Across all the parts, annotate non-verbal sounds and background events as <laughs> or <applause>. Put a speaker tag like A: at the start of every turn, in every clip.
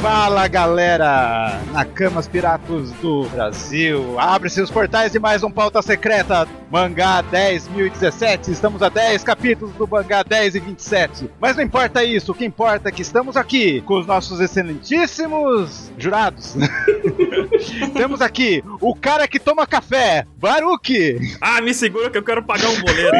A: Fala galera, na camas piratas do Brasil, abre seus portais de mais um Pauta Secreta, Mangá 10.017, estamos a 10 capítulos do Mangá 10 e 27, mas não importa isso, o que importa é que estamos aqui com os nossos excelentíssimos jurados. <laughs> Temos aqui o cara que toma café, Baruque,
B: Ah, me segura que eu quero pagar um boleto.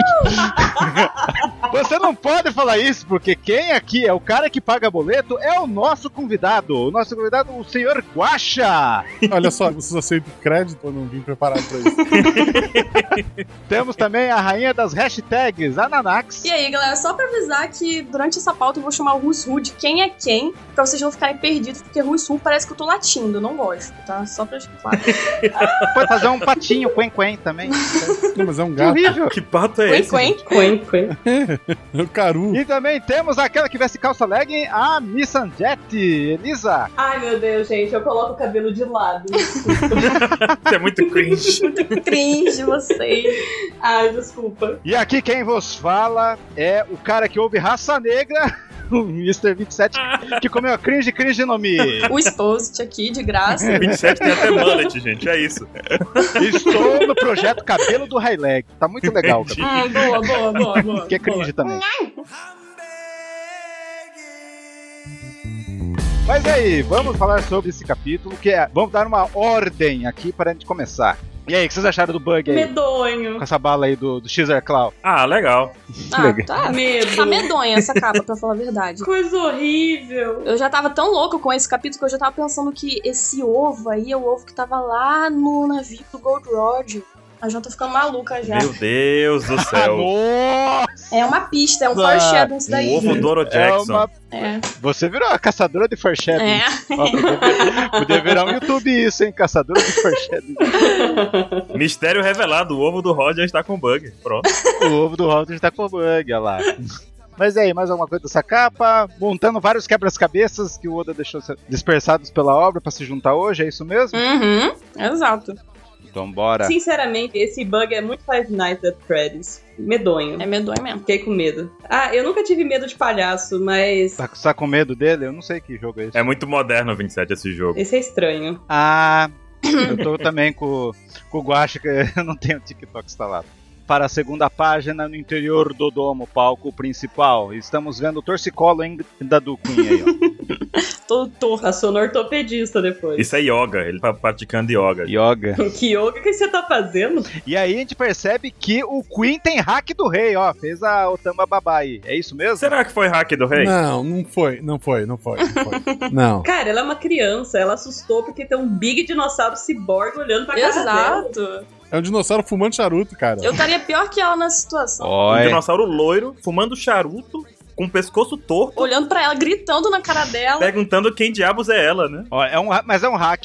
A: você não pode falar isso, porque quem aqui é o cara que paga boleto é o nosso convidado, o nosso convidado, o senhor Guaxa.
C: Olha só, vocês aceitam crédito? Eu não vim preparado pra isso.
A: Temos também a rainha das hashtags, a Nanax.
D: E aí, galera, só pra avisar que durante essa pauta eu vou chamar o Rusru de quem é quem, pra vocês não ficarem perdidos, porque Rusru parece que eu tô latindo, eu não gosto, tá? Só pra explicar.
A: Pode fazer um patinho, quen quen também.
C: Não, mas é um
A: Que
C: gato.
A: horrível.
B: <laughs> que pato é
D: Quen,
B: esse? gente?
D: quen.
E: Quen, quen.
C: É o Caru.
A: E também temos aquela que veste calça legging, a Miss Angetti, Elisa.
E: Ai, meu Deus, gente, eu coloco o cabelo de lado.
B: Isso é muito cringe.
D: <laughs> Cringe vocês.
E: Ai, desculpa.
A: E aqui quem vos fala é o cara que ouve raça negra, <laughs> o Mr. 27, que comeu a cringe cringe no Mi.
D: O exposit aqui, de
A: <laughs>
D: graça.
B: 27 tem até mullet, gente. É isso.
A: Estou no projeto Cabelo do Highleg. Tá muito legal, cara.
D: Hum, boa, boa, boa, boa.
A: Que é
D: boa.
A: cringe também. Mas e aí, vamos falar sobre esse capítulo, que é. Vamos dar uma ordem aqui para a gente começar. E aí, o que vocês acharam do bug aí?
E: Medonho.
A: Com essa bala aí do, do Caesar Claw.
B: Ah, legal.
D: Ah, tá.
E: Medo.
D: Tá medonha essa capa, pra falar a verdade.
E: <laughs> Coisa horrível.
D: Eu já tava tão louco com esse capítulo que eu já tava pensando que esse ovo aí é o ovo que tava lá no navio do Gold Roger. A Jô tá ficando maluca já.
B: Meu Deus do
A: É
B: céu.
A: Nossa!
D: É uma pista, é um
A: Ah,
D: foreshadowing isso daí.
B: O ovo Doro
A: É
B: Jackson.
A: uma...
D: É.
A: Você virou a caçadora de foreshadowing.
D: É.
A: Ó, podia, vir- podia virar um YouTube isso, hein? Caçadora de <laughs> foreshadowing.
B: Mistério revelado: o ovo do Roger está com bug. Pronto.
A: o ovo do Roger tá com bug, olha lá. Mas e aí, mais alguma coisa dessa capa? Montando vários quebras-cabeças que o Oda deixou dispersados pela obra pra se juntar hoje, é isso mesmo?
D: Uhum, exato.
A: Então
B: Tá.
A: bora.
E: Sinceramente, esse bug é muito Five Nights at Freddy's. Medonho.
D: É medonho mesmo.
E: Fiquei com medo. Ah, eu nunca tive medo de palhaço, mas
A: Tá, tá com medo dele? Eu não sei que jogo é esse.
B: É muito moderno o 27 esse jogo.
E: esse é estranho.
A: Ah, eu tô também com, com o Guacha, que <laughs> eu não tenho TikTok instalado. Para a segunda página, no interior do domo, palco principal. Estamos vendo o torcicolo ainda do Queen aí, ó.
D: Todo torto.
E: Passou no ortopedista depois.
B: Isso é yoga. Ele tá praticando yoga.
A: <laughs> Yoga.
E: Que yoga que você tá fazendo?
A: E aí a gente percebe que o Queen tem hack do rei, ó. Fez a Otama Babá aí. É isso mesmo?
B: Será que foi hack do rei?
C: Não, não foi, não foi, não foi, não foi. Não.
E: Cara, ela é uma criança, ela assustou porque tem um big dinossauro ciborgue olhando pra casa dela.
D: Exato.
C: É um dinossauro fumando charuto, cara.
D: Eu estaria pior que ela nessa situação.
B: Um
A: Olha.
B: dinossauro loiro, fumando charuto, com o pescoço torto,
D: Olhando pra ela, gritando na cara dela.
B: perguntando quem diabos é ela, né?
A: Ó, é um, ha- mas é um hack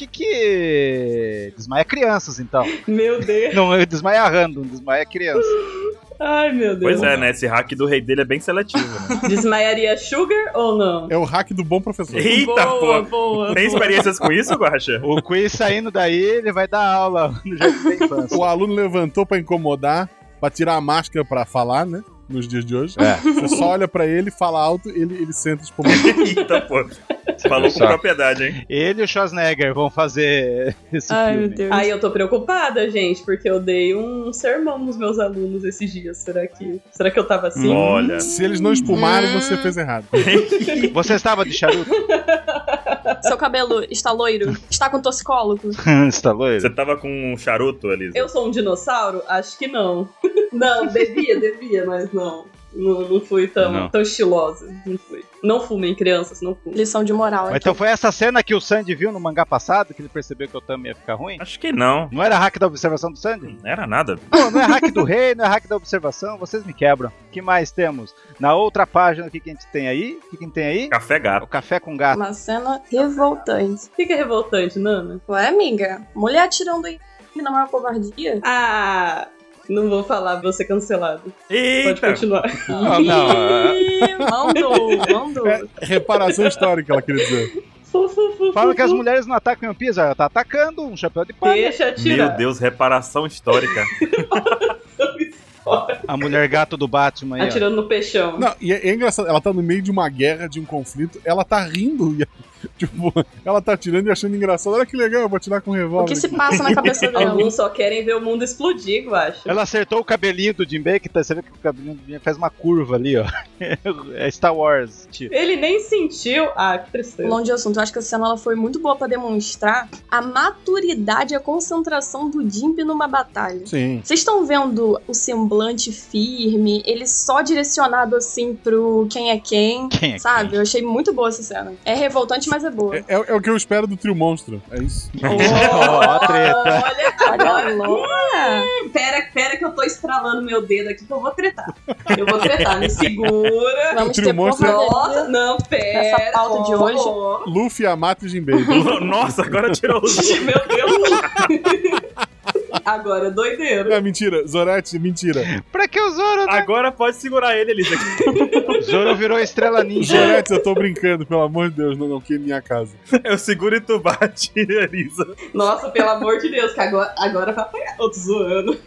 A: que desmaia crianças, então.
E: Meu Deus.
A: Não desmaia random, desmaia criança.
E: Ai, meu Deus.
B: Pois é, né? Esse hack do rei dele é bem seletivo, né?
E: Desmaiaria Sugar ou não?
C: É o hack do bom professor.
B: Eita,
D: boa,
B: pô!
D: boa.
B: Tem experiências com isso,
D: <laughs>
B: Guaxa?
A: O Queen saindo daí, ele vai dar aula <laughs> no jardim da infância.
C: O aluno levantou pra incomodar, pra tirar a máscara pra falar, né? Nos dias de hoje.
A: É.
C: Você só olha pra ele, fala alto, ele, ele senta tipo.
B: Eita, pô. Falou com
A: Só.
B: propriedade, hein?
A: Ele e o Schwarzenegger vão fazer <laughs> esse
D: Ai, meu
A: filme.
D: Deus.
E: Ai, eu tô preocupada, gente, porque eu dei um sermão nos meus alunos esses dias. Será que, será que eu tava assim?
B: Olha.
C: Se eles não espumarem,
D: Hum.
C: você fez errado.
A: Você estava de charuto? <laughs>
D: Seu cabelo está loiro? Está com toxicólogo?
A: Está tá loiro?
B: Você tava com um charuto, Elisa?
E: Eu sou um dinossauro? Acho que não. <laughs> não, devia, devia, mas não. Não, não fui tão,
A: Não.
E: tão estilosa. Não fui. Não fumem, crianças, não fumem.
D: Lição de moral.
A: Mas
D: aqui.
A: Então foi essa cena que o Sandy viu no mangá passado, que ele percebeu que o Otama ia ficar ruim?
B: Acho que não.
A: Não era hack da observação do Sandy?
B: Não era nada.
A: Pô, não é hack <laughs> do rei, não é hack da observação, vocês me quebram. O que mais temos? Na outra página, o que, que a gente tem aí? O que, que a gente tem aí?
B: Café
A: O
B: gato.
A: café com gato.
D: Uma cena revoltante.
E: O que que é revoltante, Nana?
D: Ué, amiga? Mulher atirando em mim na maior covardia?
E: Ah, não vou falar, vou ser cancelado. Pode
B: Eita!
E: continuar.
A: Não, não,
D: Ih, Mandou, mandou.
C: É reparação histórica, ela queria dizer.
E: Fu, fu, fu,
A: Fala
E: fu,
A: que as
E: fu.
A: mulheres não atacam o Pisa, ela tá atacando um chapéu de palha.
E: <laughs> Deixa eu
B: Meu
E: tirar.
B: Deus, reparação histórica.
E: fora.
A: A mulher gato do Batman aí. ó.
E: Atirando no peixão.
C: Não, e é, é engraçado, ela tá no meio de uma guerra, de um conflito, ela tá rindo e <laughs> tipo, ela tá tirando e achando engraçado. Olha que legal, eu vou tirar com um
D: O
C: revólver.
D: que se passa na cabeça dela?
E: Alguns só querem ver o mundo explodir, eu acho.
A: Ela acertou o cabelinho do Jim Baker, tá? você vê que o cabelinho do Jim Baker faz uma curva ali, ó. <laughs> É Star Wars, tio.
E: Ele nem sentiu. Ah, que tristeza.
D: Longe de assunto, eu acho que essa cena ela foi muito boa pra demonstrar a maturidade e a concentração do Jimp numa batalha.
C: Sim.
D: Vocês estão vendo o semblante firme, ele só direcionado assim pro quem é quem,
A: Quem é
D: sabe? Eu achei muito boa essa cena. É revoltante, mas é boa.
C: <laughs> É, é- é o que eu espero do trio monstro. É isso.
A: Ó, a treta.
E: Olha,
D: Olha lá.
E: pera, pera que eu tô estralando meu dedo aqui que eu vou tretar. Eu vou tretar, me segura.
D: Vamos
C: O trio
D: ter
C: monstro-
D: porrada.
E: <laughs> Nossa, não, pera.
D: Essa pauta de
E: ó,
D: hoje.
E: ó.
C: Luffy, Yamato e Jinbei.
B: <laughs> Nossa, agora tirou o
E: Meu Deus. <laughs> Agora, doideiro.
C: É mentira, Zorete, mentira.
A: <laughs> Pra que o Zoro? Né?
B: Agora pode segurar ele, Elisa.
A: Zoro virou estrela ninja.
C: Zorete, eu tô brincando, pelo amor de Deus, não, não queime minha casa.
B: Eu seguro e tu bate, Elisa.
E: Nossa, pelo amor de Deus, que agora, agora vai apanhar. Eu tô zoando.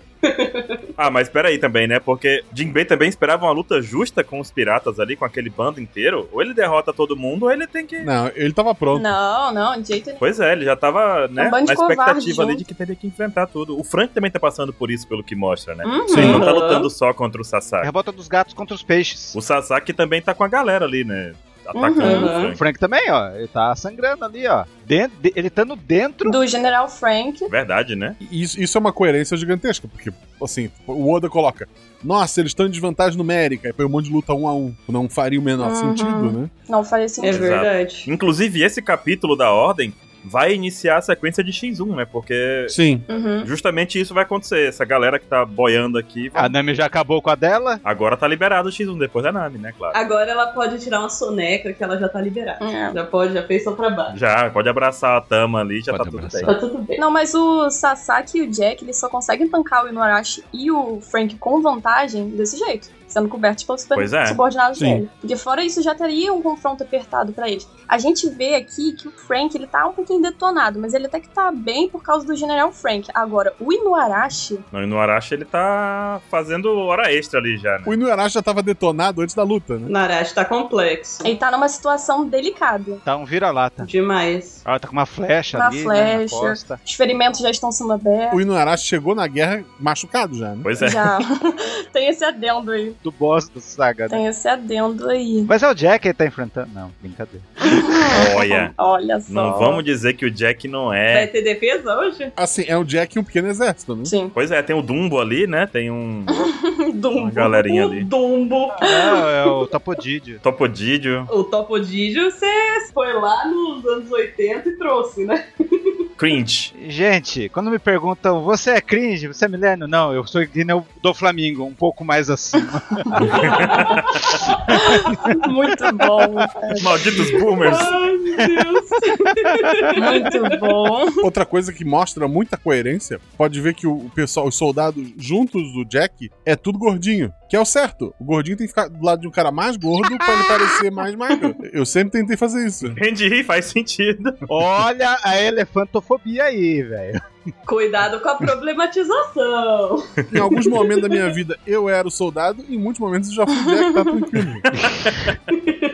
B: Ah, mas peraí também, né? Porque Jinbei também esperava uma luta justa com os piratas ali, com aquele bando inteiro. Ou ele derrota todo mundo, ou ele tem que.
C: Não, ele tava pronto.
D: Não, não, de jeito nenhum.
B: Pois é, ele já tava, né,
D: um bando de
B: na
D: covarde
B: expectativa ali
D: junto.
B: de que teria que enfrentar tudo. O Frank também tá passando por isso, pelo que mostra, né?
D: Uhum.
B: Ele não tá
E: Uhum.
B: lutando só contra o
A: É a
B: Sasaki.
A: Revolta dos gatos contra os peixes.
B: O Sasaki também tá com a galera ali, né? Atacando
E: Uhum.
B: o
A: O
B: Frank.
A: Frank também, ó. Ele tá sangrando ali, ó. Dentro, de- ele estando dentro.
D: Do General Frank.
B: Verdade, né?
C: E Isso, isso é uma coerência gigantesca, porque, assim, o Oda coloca. Nossa, eles estão em desvantagem numérica. Aí põe um monte de luta um a um. Não faria o menor
D: Uhum.
C: sentido, né?
D: Não, faria
E: Então,
D: sentido.
E: É verdade.
B: Inclusive, esse capítulo da Ordem vai iniciar a sequência de Shinzun, né? Porque
C: Sim.
D: Uhum.
B: justamente isso vai acontecer. Essa galera que tá boiando aqui.
A: A Nami já acabou com a dela.
B: Agora tá liberado o X1 depois da Nami, né? Claro.
E: Agora ela pode tirar uma soneca que ela já tá liberada.
D: É.
E: Já pode, já fez seu trabalho.
B: Já, pode abraçar a Tama ali, já
A: Pode
B: tá
A: abraçar.
B: tudo
E: Tá tudo bem.
D: Não, mas o Sasaki e o Jack, eles só conseguem tancar o Inuarashi e o Frank com vantagem desse jeito, sendo cobertos pelos super-
B: Pois é.
D: subordinados
C: Sim.
D: dele. Porque fora isso, já teria um confronto apertado pra eles. A gente vê aqui que o Frank, ele tá um pouquinho detonado, mas ele até que tá bem por causa do General Frank. Agora, o Inuarashi...
B: bem. No Arashi ele tá fazendo hora extra ali já, né?
C: O Inuarashi já tava detonado antes da luta, né?
E: Narashi tá complexo.
D: Ele tá numa situação delicada.
A: Tá um vira-lata.
E: Demais.
A: Ela tá com uma flecha
D: Uma
A: ali, né, na
D: flecha.
A: costa.
D: Os ferimentos já estão sendo abertos.
C: O Inuarashi chegou na guerra machucado já, né?
B: Pois é.
D: Já. <laughs> Tem esse adendo aí.
A: Do boss do Saga, né?
D: Tem esse adendo aí.
A: Mas é o Jack que ele tá enfrentando. Não, brincadeira.
B: Olha.
D: Olha só.
B: é. Não vamos dizer que o Jack não é.
E: Vai ter defesa hoje?
C: Assim, é o Jack e um pequeno exército,
D: <laughs>
C: né?
D: Sim.
B: Pois é, tem o Dumbo ali, né? Tem um
E: <laughs> Dumbo.
B: galerinha
E: o
B: ali.
E: Dumbo.
A: É, é o Topodidio.
B: Topodidio,
E: O Topodígio, você foi lá nos anos 80 e trouxe, né?
B: Cringe.
A: Gente, quando me perguntam, você é cringe? Você é milênio? Não, eu sou que nem o do Flamingo, um pouco mais acima.
D: Muito bom.
B: Malditos boomers.
E: <laughs> Ai, meu Deus.
D: Muito bom.
C: Outra coisa que mostra muita coerência, pode ver que o pessoal, os soldados juntos do Jack, é tudo gordinho. Que é o certo. O gordinho tem que ficar do lado de um cara mais gordo pra ele parecer mais magro. Eu sempre tentei fazer isso.
B: Entendi, faz sentido.
A: Olha a elefantofobia aí, velho.
E: Cuidado com a problematização.
C: Em alguns momentos da minha vida eu era o soldado, em muitos momentos eu já fui o Jack, tá tranquilo.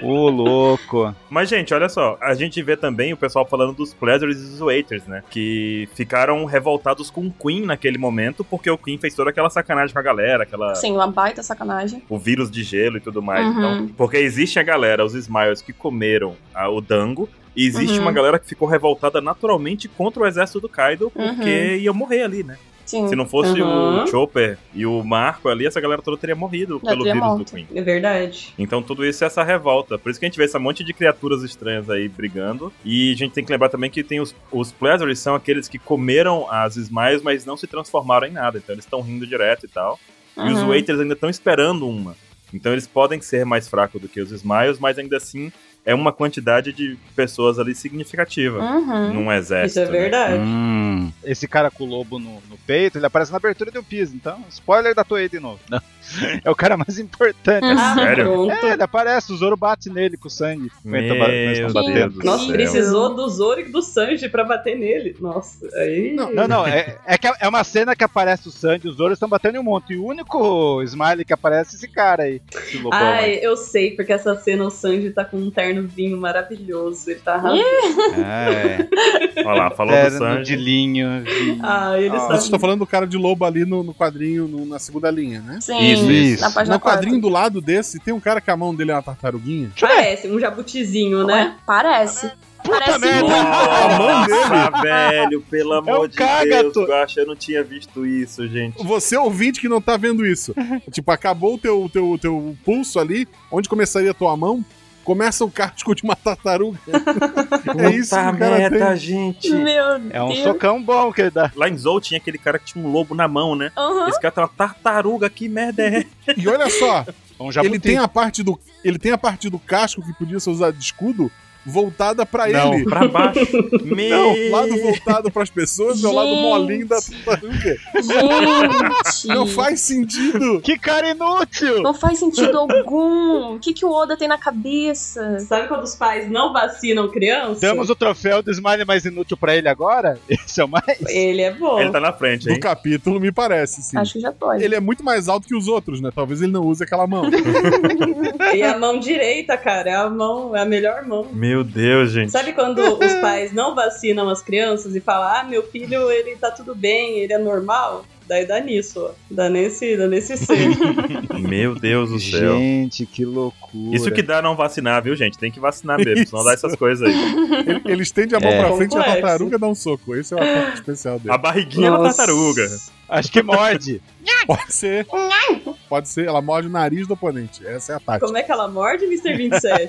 A: Ô, louco.
B: Mas, gente, olha só. A gente vê também o pessoal falando dos Pleasures e dos Waiters, né? Que ficaram revoltados com o Queen naquele momento, porque o Queen fez toda aquela sacanagem com a galera, aquela.
D: Sim, uma baita sacanagem.
B: o vírus de gelo e tudo mais.
D: Uhum.
B: Então, porque existe a galera, os Smiles, que comeram ah, o dango. E existe
D: Uhum.
B: uma galera que ficou revoltada naturalmente contra o exército do Kaido porque
D: Uhum.
B: ia morrer ali, né?
D: Sim.
B: Se não fosse
E: Uhum.
B: o Chopper e o Marco ali, essa galera toda teria morrido
D: Já
B: pelo
D: teria
B: vírus do
D: morto.
B: Queen.
E: É verdade.
B: Então tudo isso é essa revolta. Por isso que a gente vê esse monte de criaturas estranhas aí brigando. E a gente tem que lembrar também que tem os, os Pleasures são aqueles que comeram as Smiles, mas não se transformaram em nada. Então eles estão rindo direto e tal. E os
D: Uhum.
B: waiters ainda estão esperando uma. Então eles podem ser mais fracos do que os Smiles, mas ainda assim é uma quantidade de pessoas ali significativa
D: Uhum.
B: num
E: Isso
B: exército.
E: é
B: né?
E: verdade.
F: Hum.
A: Esse cara com o lobo no, no peito, ele aparece na abertura de um piso, então, spoiler da Toei de novo. Não. <laughs> É o cara mais importante.
E: Ah,
B: Sério?
E: pronto.
A: É, ele aparece, o Zoro bate nele com o sangue. Como ele tá ba- como eles tão
B: Meu
A: batendo.
B: Deus do
E: Nossa,
B: céu.
E: precisou do Zoro e do Sanji pra bater nele. Nossa, aí.
A: Não, não, é, é, que é uma cena que aparece o Sandy, os Zoro estão batendo em um monte. E o único smiley que aparece é esse cara aí. Esse lobão aí.
E: Ai, eu sei, porque essa cena o Sanji tá com um terno vinho maravilhoso. Ele tá arrasando.
A: <laughs> É,
B: Olha lá, falou do
A: Era no
B: Sanji.
A: dilinho.
E: Ah, ele
A: Ah,
E: está.
C: Mas você tá falando do cara de lobo ali no, no quadrinho, no- na segunda linha, né?
D: Sim,
A: Isso, isso.
D: na página
C: no quadrinho
D: quatro.
C: do lado desse, tem um cara que a mão dele é uma tartaruguinha.
E: Parece um jabutizinho, né?
D: Ué, Parece. Parece
A: merda!
D: muito.
C: A mão
B: Nossa, velho,
C: É
B: pelo amor de
A: cágato.
B: Deus, eu acho que eu não tinha visto isso, gente.
C: Você ouvinte que não tá vendo isso.
D: Uhum.
C: tipo, acabou o teu, teu, teu pulso ali, onde começaria a tua mão, começa o casco de uma tartaruga. é isso que o cara tem.
B: gente.
D: Meu Deus.
A: É um socão bom que ele dá.
B: Lá em Zou tinha aquele cara que tinha um lobo na mão, né?
D: Aham.
B: Esse cara tem uma tartaruga, que merda é? essa?
C: E olha só,
A: É Um jabuti.
C: ele tem a parte do ele tem a parte do casco que podia ser usado de escudo voltada pra
A: Não.
C: ele.
B: Pra baixo.
C: <laughs> Não, um
B: Meu.
C: lado voltado pras pessoas é o lado
D: Gente.
C: molinho da tartaruga.
D: Gente.
C: Não faz sentido.
A: Que cara inútil!
D: Não faz sentido algum. O que, que o Oda tem na cabeça?
E: Sabe quando os pais não vacinam criança?
A: Damos o troféu do smiley mais inútil pra ele agora? <laughs> Esse é o mais.
E: Ele é bom.
B: Ele tá na frente,
C: Do
B: hein?
C: capítulo me parece, sim.
D: Acho que já pode.
C: Ele é muito mais alto que os outros, né? Talvez ele não use aquela mão.
E: E a mão direita, cara, é a mão, é a melhor mão.
B: Meu Deus, gente. <laughs>
E: Sabe quando os pais não vacinam as crianças e falam, ah, meu filho, ele tá tudo bem, ele é normal? Daí dá nisso, ó. Dá nesse, dá nesse ser.
B: Meu Deus do céu.
A: Gente, que loucura.
B: Isso que dá não vacinar, viu, gente? Tem que vacinar mesmo, senão dá essas coisas aí.
C: Ele, ele estende a mão
B: É.
C: pra frente e a
E: Complexo.
C: tartaruga dá um soco. Esse é o ataque especial dele.
B: A barriguinha da
E: Nossa.
B: tartaruga.
A: Acho que morde.
C: Pode ser. Pode ser. Ela morde o nariz do oponente. Essa é a tática.
E: Como é que ela morde, Mr. 27?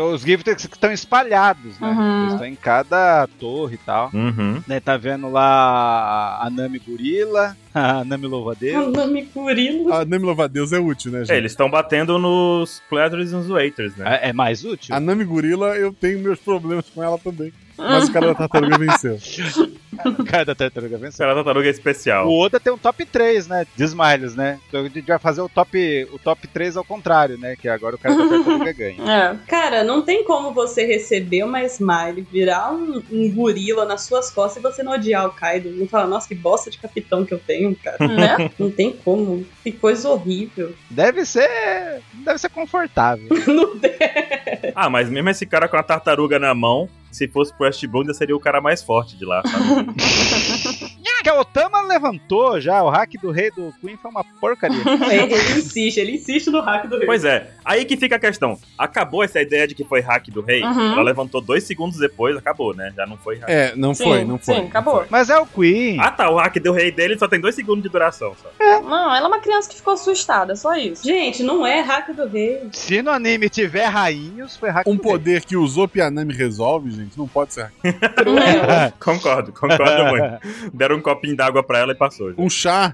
A: Os gifts que estão espalhados, né?
D: Uhum.
A: Eles estão em cada torre e tal.
B: Uhum.
A: Né, tá vendo lá a Nami Gorila, <laughs> a Nami Louva
E: o
A: Deus.
E: nome curino.
C: A Nami Lovadeus é útil, né, gente?
B: É, eles estão batendo nos Pledrers e nos Waiters, né?
A: É, é mais útil? <laughs>
C: A Nami Gorila, eu tenho meus problemas com ela também. Mas o cara da tartaruga venceu.
A: O cara da tartaruga venceu.
B: Cara, a tartaruga é especial.
A: O Oda tem um top 3, né? De smiles, né? Então a gente vai fazer o top, o top 3 ao contrário, né? Que agora o cara da tartaruga <laughs> ganha.
D: É.
E: Cara, não tem como você receber uma smile, virar um, um gorila nas suas costas e você não odiar o Kaido. Não falar, nossa, que bosta de capitão que eu tenho,
D: <laughs>
E: cara.
D: Né?
E: Não tem como. Que coisa horrível. <laughs>
A: Deve ser. Deve ser confortável.
E: Não tem.
B: Ah, mas mesmo esse cara com a tartaruga na mão, se fosse pro Ashbone, ainda seria o cara mais forte de lá,
E: <laughs>
B: sabe?
A: <laughs> que a Otama levantou já, o hack do rei do Queen foi uma porcaria.
E: <laughs> Ele insiste, ele insiste no hack do rei.
B: pois é, aí que fica a questão. Acabou essa ideia de que foi hack do rei?
D: Uhum.
B: Ela levantou dois segundos depois, acabou, né? Já não foi hack.
C: É, não
D: Sim,
C: foi, não foi.
D: Sim, acabou.
A: Mas é o Queen.
B: Ah tá, o hack do rei dele só tem dois segundos de duração. Só.
D: Não, ela é uma criança que ficou assustada, só
C: <laughs>
D: isso.
E: Gente, não é hack do rei.
A: Se no anime tiver rainhos, foi hack
C: Um
A: do rei.
C: poder que o Zop e a Nami resolve, gente, não pode ser. é.
D: É.
E: Cruel.
B: <laughs> Concordo, concordo muito. Deram um copinho d'água pra ela e passou. já.
C: Um chá.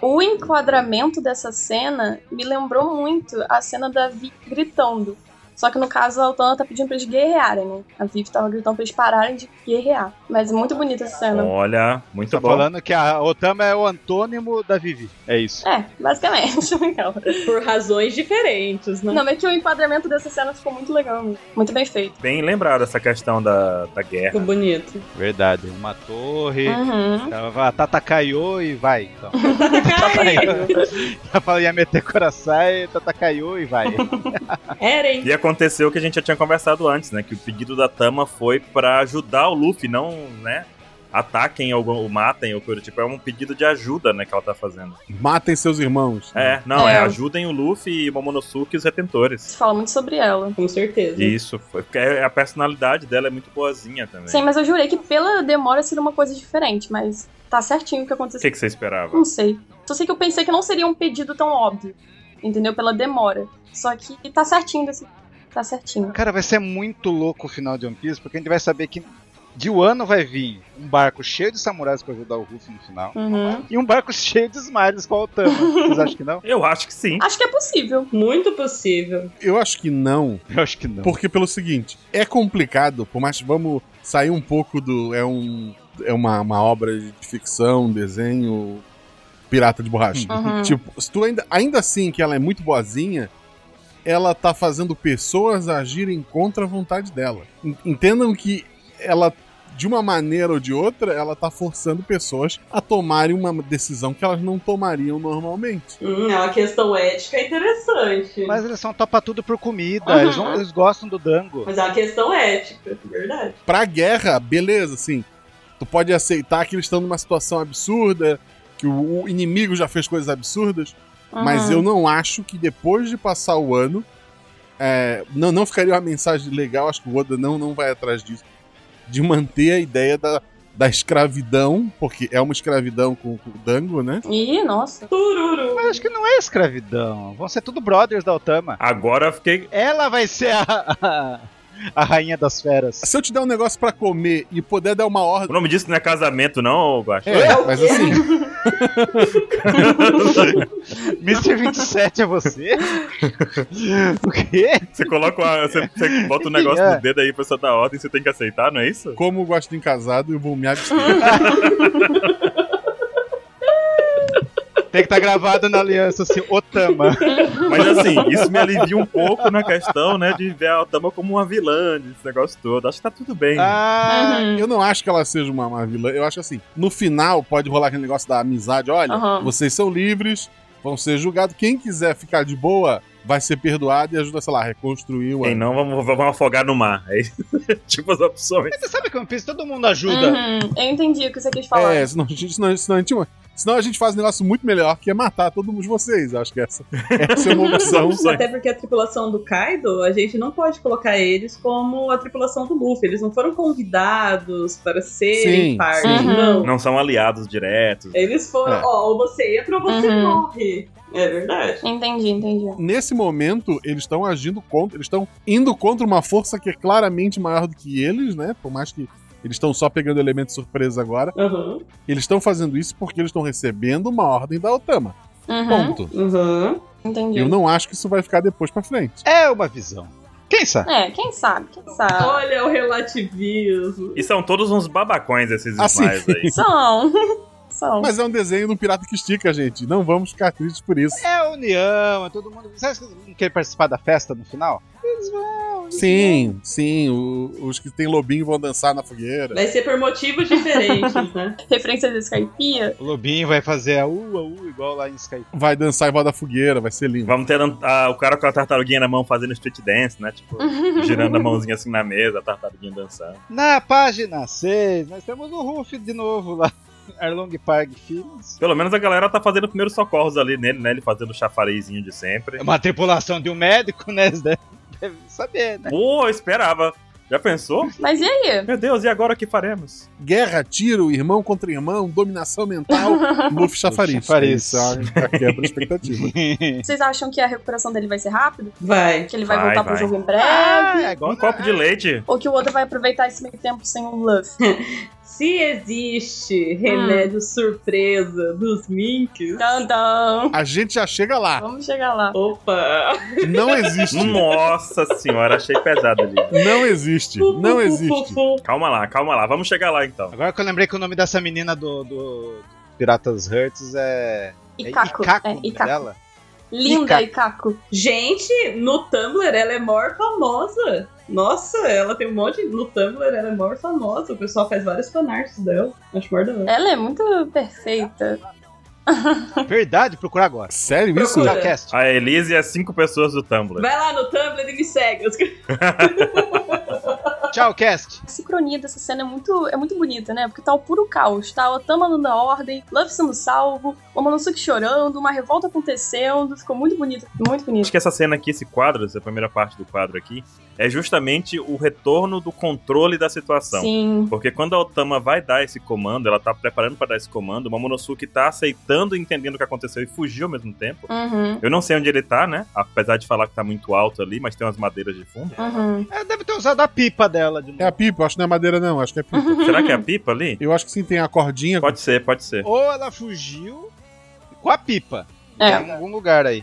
D: O enquadramento dessa cena me lembrou muito a cena da Vic gritando. Só que no caso a Altana tá pedindo pra eles guerrearem, né? A Vic tava gritando pra eles pararem de guerrear. Mas é muito bonita essa cena.
B: Olha, muito
A: Tá
B: bom.
A: falando que a Otama é o antônimo da Vivi. É isso.
D: É, basicamente. <laughs> legal.
E: Por razões diferentes,
D: <laughs>
E: né?
D: Não, mas é que o enquadramento dessa cena ficou muito legal, muito bem feito.
B: Bem lembrado essa questão da, da guerra.
E: Ficou bonito.
A: Verdade. Uma torre.
D: Uhum.
A: Ah. Tava Tata Kaiô e vai. Então. <laughs>
E: <laughs> Caralho.
A: Ela falou, ia meter Kurasai, Tata Kaiô e vai.
E: Eren.
B: E aconteceu o que a gente já tinha conversado antes, né? Que o pedido da Tama foi pra ajudar o Luffy, não, né? Ataquem ou, ou matem ou coisa do tipo. É um pedido de ajuda, né? Que ela tá fazendo.
C: Matem seus irmãos.
B: É, não, é,
D: É.
B: ajudem o Luffy e o Momonosuke e os retentores.
D: Isso fala muito sobre ela.
E: Com certeza.
B: Isso, foi, porque é a personalidade dela é muito boazinha também.
D: Sim, mas eu jurei que pela demora seria uma coisa diferente, mas tá certinho o que
B: O
D: aconteceu.
B: que, que você esperava?
D: Não sei. Só sei que eu pensei que não seria um pedido tão óbvio. Entendeu? Pela demora. Só que tá certinho desse. Tá certinho.
A: Cara, vai ser muito louco o final de One Piece, porque a gente vai saber que De Wano vai vir um barco cheio de samurais pra ajudar o Ruffy no final.
D: Uhum.
A: E um barco <laughs> cheio de Smiles pra Otama. Vocês acham que não?
B: Eu acho que sim.
D: Acho que é possível.
E: Muito possível.
C: Eu acho que não,
A: <laughs> Eu acho que não.
C: Porque pelo seguinte, é complicado, por mais que vamos sair um pouco do. É, um, é uma, uma obra de ficção, um desenho, pirata de borracha.
D: Uhum.
C: Tipo, se tu ainda, ainda assim que ela é muito boazinha, ela tá fazendo pessoas agirem contra a vontade dela. En- Entendam que ela, de uma maneira ou de outra, ela tá forçando pessoas a tomarem uma decisão que elas não tomariam normalmente.
E: Hum, é uma questão ética interessante. Mas,
A: Mas eles são topa tudo por comida.
D: Uhum.
A: Eles, não- eles gostam do dango.
E: é uma questão ética, é verdade.
C: pra guerra, beleza, assim. Tu pode aceitar que eles estão numa situação absurda, que o, o inimigo já fez coisas absurdas, mas
D: Uhum.
C: eu não acho que depois de passar o ano. é, não, não ficaria uma mensagem legal, acho que o Oda não, não vai atrás disso. De manter a ideia da, da escravidão, porque é uma escravidão com, com o Dango, né?
D: Ih, nossa.
E: Tururu.
A: Mas acho que não é escravidão. Vão ser tudo brothers da Otama.
B: Agora eu fiquei.
A: Ela vai ser a, a, <laughs> a rainha das feras.
C: Se eu te der um negócio pra comer e puder dar uma
B: O
C: ordem.
B: nome disso não é casamento, não, Guax?
C: É, mas assim.
A: Mr. 27 é você? o quê?
B: <laughs> Você coloca uma, você, você bota um negócio
A: É.
B: no dedo aí pra você dar ordem, você tem que aceitar, não é isso?
C: Como eu gosto de em casado, eu vou me abster.
A: Tem que estar gravado na aliança assim, Otama.
B: Mas assim, isso me alivia um pouco na questão, né, de ver a Otama como uma vilã, esse negócio todo. Acho que tá tudo bem.
A: Ah,
D: Uhum.
C: Eu não acho que ela seja uma, uma vilã. Eu acho assim, no final pode rolar aquele negócio da amizade. Olha,
D: Aham.
C: vocês são livres, vão ser julgados. Quem quiser ficar de boa vai ser perdoado e ajuda, sei lá, a reconstruir o
B: Quem não, vamos, vamos afogar no mar. É isso. <laughs> tipo as opções.
A: Você sabe que One Piece todo mundo ajuda.
D: Uhum. Eu entendi o que você quis falar.
C: É, senão a gente, senão, senão a gente, senão a gente faz um negócio muito melhor, que é matar todos vocês. Eu acho que essa, essa
B: <laughs>
C: é uma opção.
B: Sim.
E: Então, Até porque a tripulação do Kaido, a gente não pode colocar eles como a tripulação do Luffy. Eles não foram convidados para serem
C: Sim,
E: parte,
D: sim.
E: não.
B: Não são aliados diretos.
E: Eles foram,
C: É.
E: ó, ou você entra ou você
D: Uhum.
E: morre. É verdade.
D: Entendi, entendi.
C: Nesse momento, eles estão agindo contra, eles estão indo contra uma força que é claramente maior do que eles, né? Por mais que eles estão só pegando elementos surpresa agora.
E: Uhum.
C: Eles estão fazendo isso porque eles estão recebendo uma ordem da Otama.
D: Uhum.
C: Ponto.
E: Uhum.
D: Entendi.
C: Eu não acho que isso vai ficar depois pra frente.
A: É uma visão. Quem sabe?
D: É, quem sabe, quem sabe.
E: Olha o relativismo.
B: E são todos uns babacões esses
C: Assim.
B: Smiles aí.
D: São. <laughs> São.
C: Mas é um desenho do pirata que estica, gente. Não vamos ficar tristes por isso.
A: É a união, é todo mundo. Sabe que não quer participar da festa no final? Eles vão. eles
C: Sim, sim. o- os que tem lobinho vão dançar na fogueira.
E: Vai ser por motivos diferentes,
D: <laughs>
E: né?
D: Referência de Skypiea.
A: vão. O Lobinho vai fazer a U, a U, igual lá em Sky.
C: Vai dançar em volta da fogueira, vai ser lindo.
B: Vamos ter ah, o cara com a tartaruguinha na mão fazendo street dance, né? Tipo, girando a mãozinha assim na mesa, a tartaruguinha dançando.
A: Na página 6, nós temos o Ruff de novo lá. <laughs> Arlong Park Films.
B: Pelo menos a galera tá fazendo primeiros socorros ali nele, né? Ele fazendo o chafarizinho de sempre.
A: É uma tripulação de um médico, né? Eles devem, devem saber,
B: <laughs>
A: né?
B: Pô, eu esperava. Já pensou?
D: Mas e aí?
B: Meu Deus, e agora o que faremos?
C: Guerra, tiro, irmão contra irmão, dominação mental,
D: <laughs>
C: Luffy chafariz.
A: chafariz.
C: Isso é uma- quebra a expectativa.
D: Vocês acham que a recuperação dele vai ser rápida?
E: Vai.
D: Que ele vai,
B: Vai,
D: voltar pro
B: vai.
D: jogo em breve?
A: é igual
B: Um copo de leite.
D: Ou que o Oda vai aproveitar esse meio tempo sem um o Luffy?
E: Se existe remédio surpresa dos minks,
D: Tá. Tantão.
C: A gente já chega lá.
D: Vamos chegar lá.
E: opa!
C: Não existe.
B: Hum. Nossa senhora, achei pesado ali.
C: Não existe. Não existe.
E: <laughs>
B: Calma lá, calma lá. Vamos chegar lá então.
A: Agora que eu lembrei que o nome dessa menina do, do Piratas Hurts é. é
D: Ikako.
A: Ikako,
D: É,
A: o nome
D: Ikako.
A: dela.
D: Linda Ikako.
E: Gente, no Tumblr ela é maior famosa. Nossa, ela tem um monte. de- No Tumblr ela é maior famosa. O pessoal faz vários fanarts dela. Acho maior da hora.
D: Ela é muito perfeita.
A: Verdade, procurar agora.
C: Sério isso?
E: Procura.
A: Tá, cast.
B: A Elise e as cinco pessoas do
A: É.
B: Tumblr.
E: Vai lá no Tumblr e me segue.
B: Ah.
A: Tchau, cast.
D: A sincronia dessa cena é muito, é muito bonita, né? Porque tá o puro caos, tá? O Otama dando a ordem, Luffy sendo salvo, o Momonosuke chorando, uma revolta acontecendo. Ficou muito bonito, muito
B: Acho
D: bonito.
B: que essa cena aqui, esse quadro, essa primeira parte do quadro aqui, é justamente o retorno do controle da situação.
D: Sim.
B: Porque quando a Otama vai dar esse comando, ela tá preparando pra dar esse comando, o Momonosuke tá aceitando, e entendendo o que aconteceu e fugiu ao mesmo tempo.
D: Uhum.
B: Eu não sei onde ele tá, né? Apesar de falar que tá muito alto ali, mas tem umas madeiras de fundo.
D: Uhum.
A: Ela deve ter usado a pipa dela de novo.
C: É a pipa, eu acho que não é madeira, não. Acho que é pipa.
B: Será que é a pipa ali?
C: Eu acho que sim, tem a cordinha.
B: Pode ser, pode ser.
A: Ou ela fugiu com a pipa.
D: É.
A: Em algum lugar aí.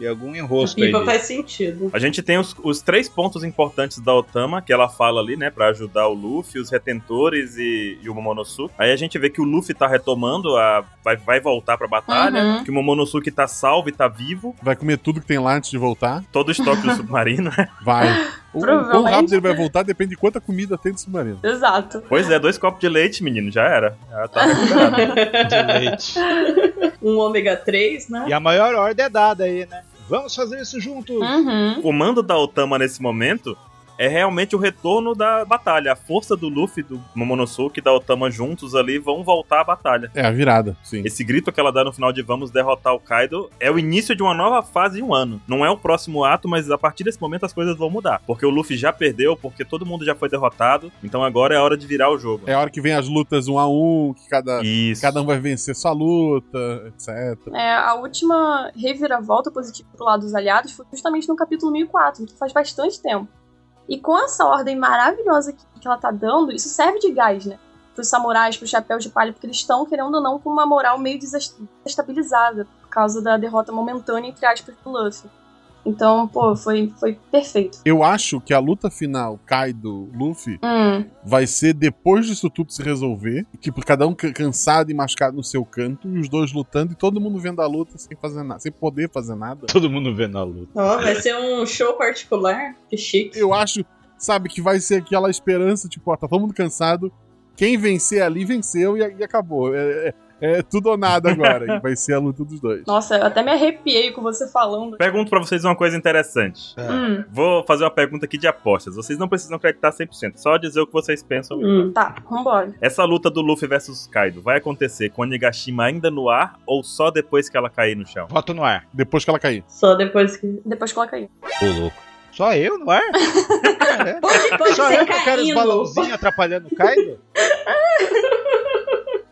A: Em algum enrosco aí.
E: Pipa
A: de-
E: faz sentido. <laughs>
B: A gente tem os, os três pontos importantes da Otama, que ela fala ali, né, Pra ajudar o Luffy, os retentores e, e o Momonosuke. Aí a gente vê que o Luffy tá retomando, a, vai, vai voltar pra batalha,
D: Uhum.
B: que o Momonosuke tá salvo e tá vivo,
C: Vai comer tudo que tem lá antes de voltar.
B: todo o estoque do <laughs> submarino.
C: Vai. O, o quão
D: Provavelmente.
C: rápido ele vai voltar depende de quanta comida tem no submarino.
D: uhum. Exato.
B: Pois é, dois copos de leite, menino, já era. Ela tá
E: <laughs>
B: recuperada.
A: leite.
E: Um ômega 3, né?
A: E a maior ordem é dada aí, né? Vamos fazer isso juntos.
D: Uhum.
B: o comando da Otama nesse momento é realmente o retorno da batalha. A força do Luffy, do Momonosuke e da Otama juntos ali vão voltar à batalha.
C: É a virada, sim.
B: Esse grito que ela dá no final de Vamos derrotar o Kaido é o início de uma nova fase em um ano. Não é o próximo ato, mas a partir desse momento as coisas vão mudar. Porque o Luffy já perdeu, porque todo mundo já foi derrotado. Então agora é a hora de virar o jogo.
C: É a hora que vem as lutas um a um, que cada,
B: Isso.
C: cada um vai vencer sua luta, etc.
D: É, a última reviravolta positiva pro lado dos aliados foi justamente no capítulo 1004, então faz bastante tempo. E com essa ordem maravilhosa que, que ela tá dando, isso serve de gás, né? Pros samurais, pros chapéus de palha, porque eles estão, querendo ou não, com uma moral meio desest- desestabilizada por causa da derrota momentânea, entre aspas, do Luffy. Então, pô, foi, foi perfeito.
C: Eu acho que a luta final Kaido-Luffy
D: Hum,
C: vai ser depois disso tudo se resolver, que por cada um ca- cansado e machucado no seu canto, e os dois lutando e todo mundo vendo a luta sem fazer nada, sem poder fazer nada.
A: Todo mundo vendo a luta.
E: Ó, vai ser um show particular. Que chique.
C: Eu acho, sabe, que vai ser aquela esperança, tipo, ó, tá todo mundo cansado, quem vencer ali venceu e, e acabou. É, é- é tudo ou nada agora. e vai ser a luta dos dois.
D: nossa, eu até me arrepiei com você falando.
B: Pergunto pra vocês uma coisa interessante.
D: Hum,
B: Vou fazer uma pergunta aqui de apostas. Vocês não precisam acreditar 100%, só dizer o que vocês pensam
E: Hum.
D: tá, vambora.
B: Essa luta do Luffy versus Kaido vai acontecer com a Nigashima ainda no ar ou só depois que ela cair no chão?
A: Voto no ar.
C: Depois que ela cair.
E: Só depois que.
D: Depois coloca aí.
A: Ô, louco. Só eu no ar? Caramba.
E: Pode, pode
A: É. Só
E: ser
A: eu que eu quero os
E: caindo.
A: balãozinhos atrapalhando o Kaido? <laughs>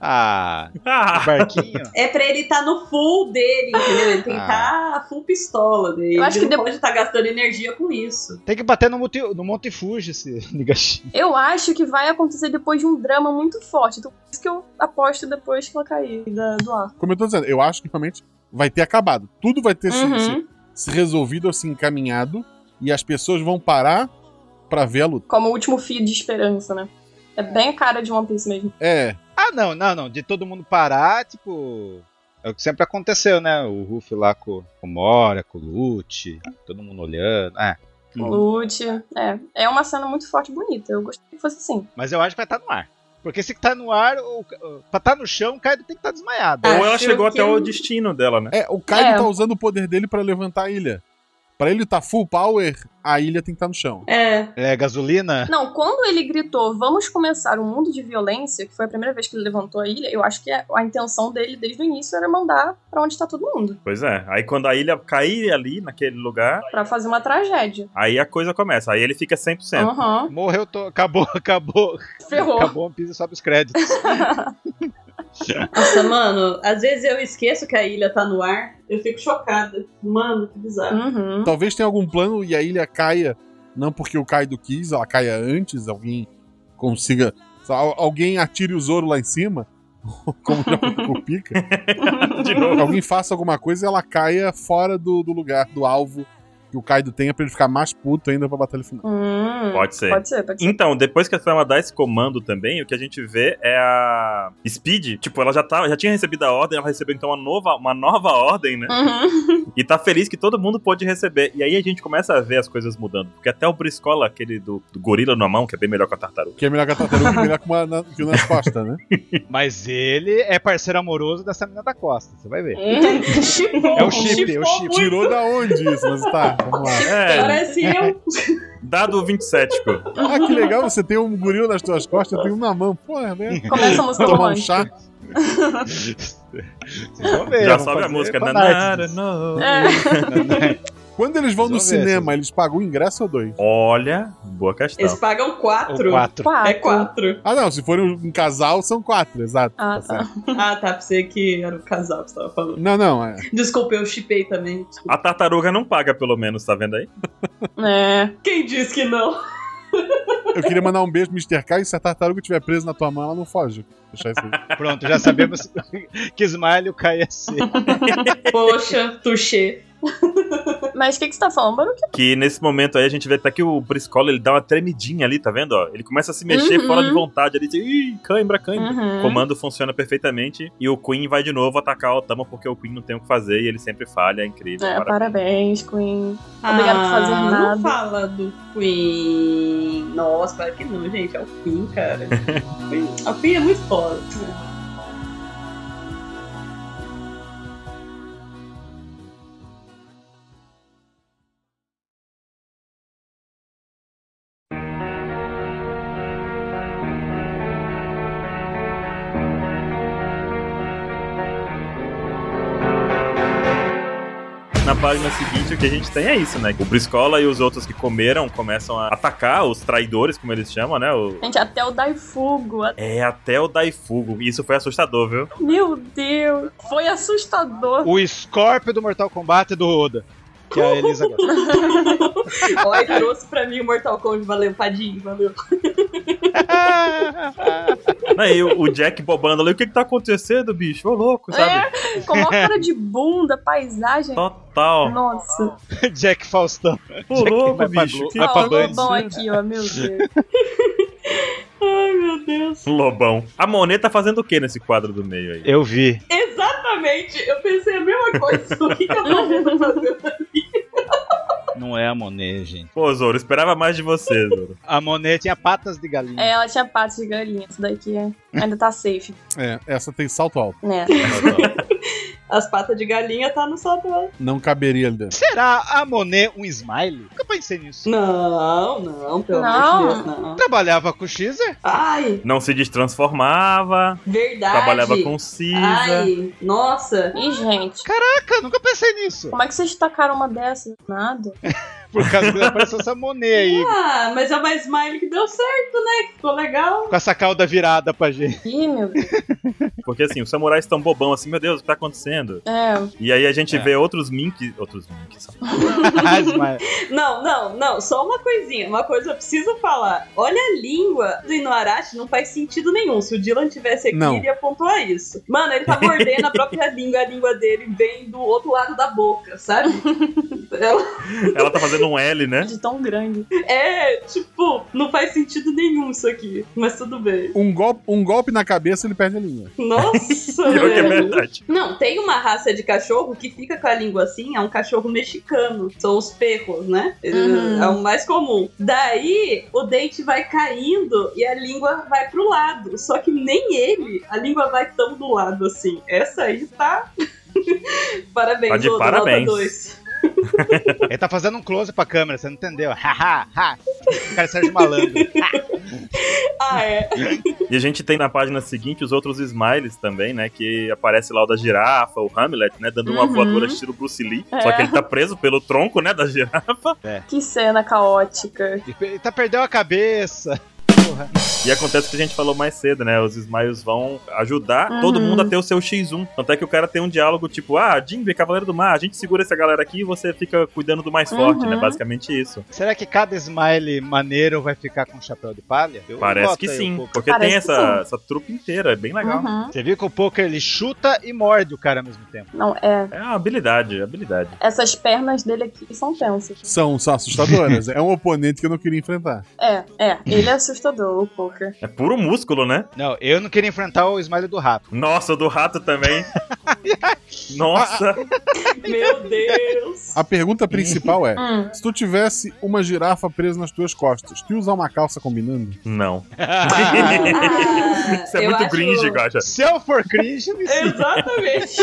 A: Ah, o
B: Ah,
A: barquinho.
E: É pra ele estar no full dele, entendeu? Ele tem que estar full pistola dele.
D: Ah. Eu acho
E: ele
D: que
E: não pode estar gastando energia com isso.
A: Tem que bater no, Monte- no Monte Fuji <laughs> esse Nigashima.
D: Eu acho que vai acontecer depois de um drama muito forte. Então, por isso que eu aposto depois que ela cair da- do ar.
C: Como eu tô dizendo, eu acho que realmente vai ter acabado. Tudo vai ter se- se,
D: Uhum.
C: se resolvido ou se encaminhado e as pessoas vão parar pra ver a luta.
D: Como o último fio de esperança, né? É bem a cara de One Piece mesmo.
C: É,
A: Ah, não, não, não. De todo mundo parar, tipo. É o que sempre aconteceu, né? O Ruff lá com, com o Mora, com o Lute, todo mundo olhando. É.
B: Uhum.
D: Lute. É. é uma cena muito forte e bonita. Eu gostei que fosse assim.
A: Mas eu acho que vai estar no ar. Porque se tá no ar, o, o- pra tá no chão, o Kaido tem que estar desmaiado.
B: ou ela
E: Acho
B: chegou
E: que
B: até o
E: eu-
B: destino dela, né?
C: é o Kaido
D: É.
C: tá usando o poder dele pra levantar a ilha. Pra ele tá full power, a ilha tem que estar no chão.
E: É.
A: É, gasolina?
D: Não, quando ele gritou, vamos começar um mundo de violência, que foi a primeira vez que ele levantou a ilha, eu acho que a a intenção dele desde o início era mandar pra onde tá todo mundo.
B: Pois é. Aí quando a ilha cair ali, naquele lugar,
D: Pra fazer uma tragédia.
B: aí a coisa começa. Aí ele fica 100%.
D: Aham.
A: Morreu, to... acabou, <laughs> acabou.
D: Ferrou.
A: Acabou, One Piece e sobe os
B: <laughs>
A: créditos.
E: Nossa, mano, às vezes eu esqueço que a ilha tá no ar. Eu fico chocada. Mano, que bizarro.
D: Uhum.
C: Talvez tenha algum plano e a ilha caia, não porque o Kaido quis, ela caia antes, alguém consiga. só al- Alguém atire o Zoro lá em cima, <laughs> como já foi com o Pika.
B: <laughs> De novo.
C: alguém faça alguma coisa e ela caia fora do, do lugar, do alvo que o Kaido tenha pra ele ficar mais puto ainda pra batalha final.
D: Hum.
B: Pode ser.
D: Pode ser, pode ser.
B: Então, depois que a Sama dá esse comando também, o que a gente vê é a Speed, tipo, ela já, tá, já tinha recebido a ordem, ela recebeu então uma nova, uma nova ordem, né?
D: Uhum.
B: E tá feliz que todo mundo pôde receber. E aí a gente começa a ver as coisas mudando. Porque até o Briscola, aquele do, do gorila na mão, que é bem melhor que a tartaruga.
C: Que é melhor que a tartaruga, melhor que, uma, na, que o nas costas, né?
A: Mas ele é parceiro amoroso dessa menina da Costa, você vai ver.
E: Chipou,
A: É o chip,
E: chipou
A: é
E: <laughs>
A: o chip.
E: muito.
C: Tirou da onde isso? Mas tá, vamos lá.
B: É,
E: Parece eu.
B: dado o 27, pô.
C: Ah, que legal, você tem um gorila nas tuas costas, eu tenho um na mão. Porra, né?
D: <laughs> Começa a música
C: Tomar um
D: romântica.
C: chá.
A: Vocês vão ver,
B: Já
A: vão
B: sobe a
A: fazer
B: música. né?
A: fanarts.
B: Nanara, no.
D: É.
C: Quando eles vão no
A: Resolve essa.
C: cinema, eles pagam o ingresso ou dois?
B: Olha, boa questão.
E: Eles pagam
A: Ou
E: quatro.
A: quatro.
D: Quatro.
E: É quatro.
C: Ah, não, se for um, um casal, são quatro, exato.
D: Ah,
C: Tá certo.
E: Ah, tá. Pensei que era o casal que você tava falando.
C: Não, não, é.
E: Desculpa, eu chipei também. Desculpa.
B: A tá tartaruga não paga, pelo menos, tá vendo aí?
D: É.
E: Quem disse que não?
C: Eu queria mandar um beijo pro Mr. K e se a tartaruga estiver presa na tua mão, ela não foge. Deixar isso aí.
A: Pronto, já sabemos <laughs> que Smile cai ia ser.
E: Poxa, touché.
D: Mas o que, que você tá falando, Baruque?
B: Que nesse momento aí a gente vê até que o Briscola ele dá uma tremidinha ali, tá vendo? ó? Ele começa a se mexer
D: Uhum.
B: fora de vontade ali, tipo, ih, cãibra, cãibra. O
D: Uhum.
B: comando funciona perfeitamente e o Queen vai de novo atacar o Otama porque o Queen não tem o que fazer e ele sempre falha, é incrível.
D: É,
B: maravilha.
D: parabéns, Queen. Obrigada por fazer
E: Ah,
D: nada.
E: Não fala do Queen. Nossa, claro que não, gente. É o Queen,
A: <laughs>
E: cara. O Queen- o Queen é muito foda.
B: Na página seguinte, o que a gente tem é isso, né? O Briscola e os outros que comeram começam a atacar os traidores, como eles chamam, né? O-
D: Gente, até o Daifugo. a-
B: É até o Daifugo. Isso foi assustador, viu?
D: Meu Deus. Foi assustador.
A: O Scorpio do Mortal Kombat do Oda. Que é a Elisa gosta.
E: Olha, trouxe pra mim o Mortal Kombat. Valeu, Padinho. Valeu.
B: Aí o o Jack bobando ali, o que que tá acontecendo, bicho? Ô louco, sabe?
D: Com uma cara de bunda, paisagem.
B: Total.
D: Nossa.
A: Jack Faustão.
B: Ô louco,
A: vai pra
B: bicho.
A: Glo-
B: Que
A: vai pra
D: Ó, o
A: Band.
D: lobão aqui, ó. Meu Deus.
E: Ai, meu Deus.
B: lobão. A Monet tá fazendo o que nesse quadro do meio aí?
A: Eu vi.
E: Exatamente. Eu pensei a mesma coisa. <laughs> O que, que eu tô vendo fazendo?
A: Não é a Monet, gente.
B: Pô, Zoro, esperava mais de
A: <laughs>
B: você, Zoro.
A: A Monet tinha patas de galinha.
D: É, ela tinha patas de galinha. Isso daqui é- ainda tá safe,
C: É, essa tem salto alto.
D: né?
E: As patas de galinha tá no sapato.
C: Não caberia ali dentro.
A: Será a Monet um smile? Nunca pensei nisso.
E: Não, não, pelo
D: Não.
E: amor de Deus, não.
A: Trabalhava com é? o Xer?
E: Ai,
B: Não se destransformava,
E: verdade.
B: trabalhava com Cisa.
E: Ai, nossa.
D: Ih, gente.
A: Caraca, Ah, nunca pensei nisso.
D: Como é que vocês tacaram uma dessa? Nada.
A: Por causa que apareceu essa Monet aí.
E: Ah, mas é uma smile que deu certo, né? Que ficou legal.
A: Com essa cauda virada pra gente. <laughs>
D: Ih, meu Deus.
B: Porque assim, os samurais estão bobão assim, meu Deus, o que tá acontecendo?
D: É,
B: E aí a gente
A: É.
B: vê outros minks. Outros minks.
A: Ah, Smile.
E: Não, não, não. Só uma coisinha. Uma coisa eu preciso falar. Olha a língua do Inuarashi, não faz sentido nenhum. Se o Dylan tivesse aqui,
C: Não.
E: ele ia pontuar isso. Mano, ele tá mordendo a
B: <laughs>
E: própria língua. A língua dele vem do outro lado da boca, sabe? Ela-
B: Ela tá fazendo um L, né? <laughs>
D: de tão grande.
E: é, tipo, não faz sentido nenhum isso aqui. Mas tudo bem.
C: Um golpe, um golpe na cabeça, ele perde a língua.
E: Nossa,
B: Pior que é
E: velho.
B: verdade.
E: Não, tem uma raça de cachorro que fica com a língua assim, é um cachorro mexicano. São os perros, né?
D: Uhum.
E: É o mais comum. Daí, o dente vai caindo e a língua vai pro lado. Só que nem ele, a língua vai tão do lado assim. Essa aí tá. <laughs> parabéns,
B: Tá de
E: Oda,
B: parabéns.
E: nota 2.
A: Ele tá fazendo um close pra câmera, você não entendeu. Ha, ha, ha. O cara é Sérgio Malandro.
E: Ah, é.
B: E a gente tem na página seguinte os outros smiles também, né? Que aparece lá o da girafa, o Hamlet, né? Dando uma
D: Uhum.
B: voadora estilo Bruce Lee. Só
D: É.
B: que ele tá preso pelo tronco, né? Da girafa.
D: Que cena caótica.
A: Ele tá perdendo a cabeça.
B: E acontece o que a gente falou mais cedo, né? Os Smiles vão ajudar todo
D: Uhum.
B: mundo a ter o seu X1. Tanto é que o cara tem um diálogo tipo, ah, Jinbe, Cavaleiro do Mar, a gente segura essa galera aqui e você fica cuidando do mais forte,
D: Uhum.
B: né? Basicamente isso.
A: Será que cada smile maneiro vai ficar com um chapéu de palha? Eu
B: Parece
A: boto
B: que
A: aí um
B: sim,
A: o Poker.
B: porque
D: Parece
B: tem
D: que
B: essa, essa trupe inteira, é bem legal.
D: Uhum.
A: Você viu que o poker ele chuta e morde o cara ao mesmo tempo.
D: Não, é.
B: É uma habilidade, habilidade.
D: Essas pernas dele aqui são tensas.
C: São, são assustadoras. é um oponente que eu não queria enfrentar.
D: É, é. Ele é assustador, o poker.
B: É puro músculo, né?
A: Não, eu não queria enfrentar o smile do
B: <laughs>
A: rato.
B: Nossa, o do rato
A: <laughs>
B: também. Nossa,
E: Meu Deus.
C: A pergunta principal é:
D: Hum.
C: se tu tivesse uma girafa presa nas tuas costas, tu ia usar uma calça combinando?
B: não.
E: Ah,
B: <laughs> Isso é
E: eu
B: muito
E: acho-
B: cringe, Gacha.
A: Se eu for cringe, me sinto.
E: Exatamente.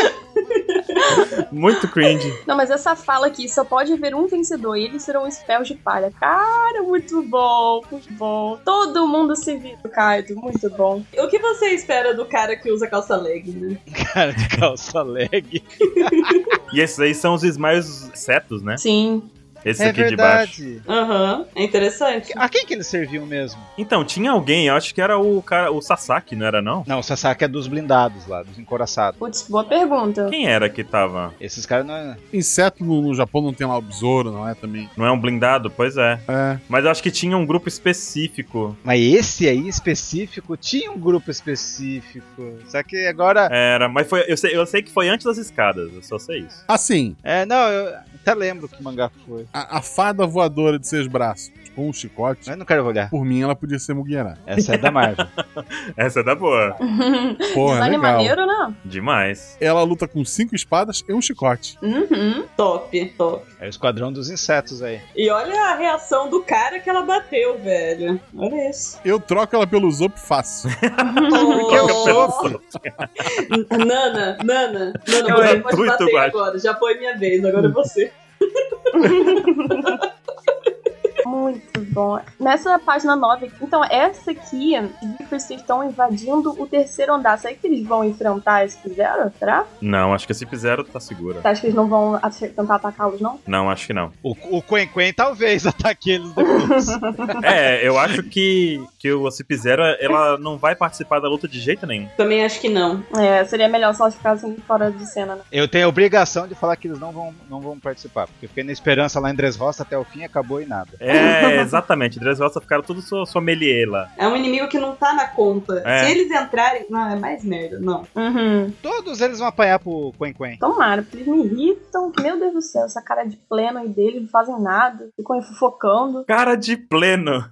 B: Muito cringe.
D: Não, mas essa fala aqui, só pode haver um vencedor e eles serão esferos de palha. Cara, muito bom, muito bom. Todo mundo se viu, Kaido, muito bom.
E: o que você espera do cara que usa calça leg, né?
A: cara de calça leg.
B: E esses aí são os Smiles setos, né?
D: Sim.
B: Esse
A: É
B: aqui de baixo.
A: verdade.
E: Aham, é interessante.
A: A quem que eles serviam mesmo?
B: Então, tinha alguém, eu acho que era o cara, o Sasaki, não era não?
A: Não, o Sasaki é dos blindados lá, dos encoraçados.
D: Putz, boa pergunta.
B: Quem era que tava?
A: Esses caras não é...
C: Inseto no, no Japão não tem lá o besouro, não é também?
B: Não é um blindado? Pois é.
C: É.
B: Mas eu acho que tinha um grupo específico.
A: Mas esse aí específico tinha um grupo específico. Só que agora.
B: Era, mas foi, eu sei, eu sei que foi antes das escadas, eu só sei isso. <laughs>
C: Assim,
A: É, não, eu até lembro que mangá foi.
C: a, a fada voadora de seus braços com um chicote,
A: Mas não quero olhar.
C: por mim ela podia ser Mugiera.
A: Essa é da Marvel.
B: Essa é da boa.
C: Porra,
D: Design
C: é legal.
D: maneiro, né?
B: Demais.
C: Ela luta com cinco espadas e um chicote.
D: Uhum.
E: Top, top.
A: É o Esquadrão dos Insetos aí.
E: E olha a reação do cara que ela bateu, velho. Olha isso.
C: Eu troco ela pelo Zop fácil.
A: Porque
B: é
A: eu
B: Uhum.
A: sou.
E: Nana, Nana, Nana,
B: Eu
E: você
B: era
E: pode
B: muito
E: bater
B: baixo.
E: agora. Já foi minha vez, agora é você.
D: Muito bom. Nessa página 9, então essa aqui, os Reapers estão invadindo o terceiro andar. Será que eles vão enfrentar esse que zero? Será?
B: Não, acho que se fizeram tá segura.
D: Você acha que eles não vão ache- tentar atacá-los, não?
B: Não, acho que não.
A: O, o Quen Quen talvez <laughs> ataque eles depois.
B: É, eu acho que, que o Cip Zero, ela não vai participar da luta de jeito nenhum.
E: Também acho que não.
D: É, seria melhor se elas ficassem fora de cena, né?
A: eu tenho a obrigação de falar que eles não vão, não vão participar. Porque eu fiquei na esperança lá em Dressrosa até o fim acabou e nada.
B: É, exatamente. Dressrosa ficaram tudo so- sommelier lá.
E: É um inimigo que não tá na conta.
B: É.
E: Se eles entrarem. Não, é mais merda, não.
D: Uhum.
A: Todos eles vão apanhar pro Quen Quen.
D: Tomara, porque eles me irritam. Meu Deus do céu, essa cara de pleno aí deles, não fazem nada. Ficam aí fofocando.
B: Cara de pleno.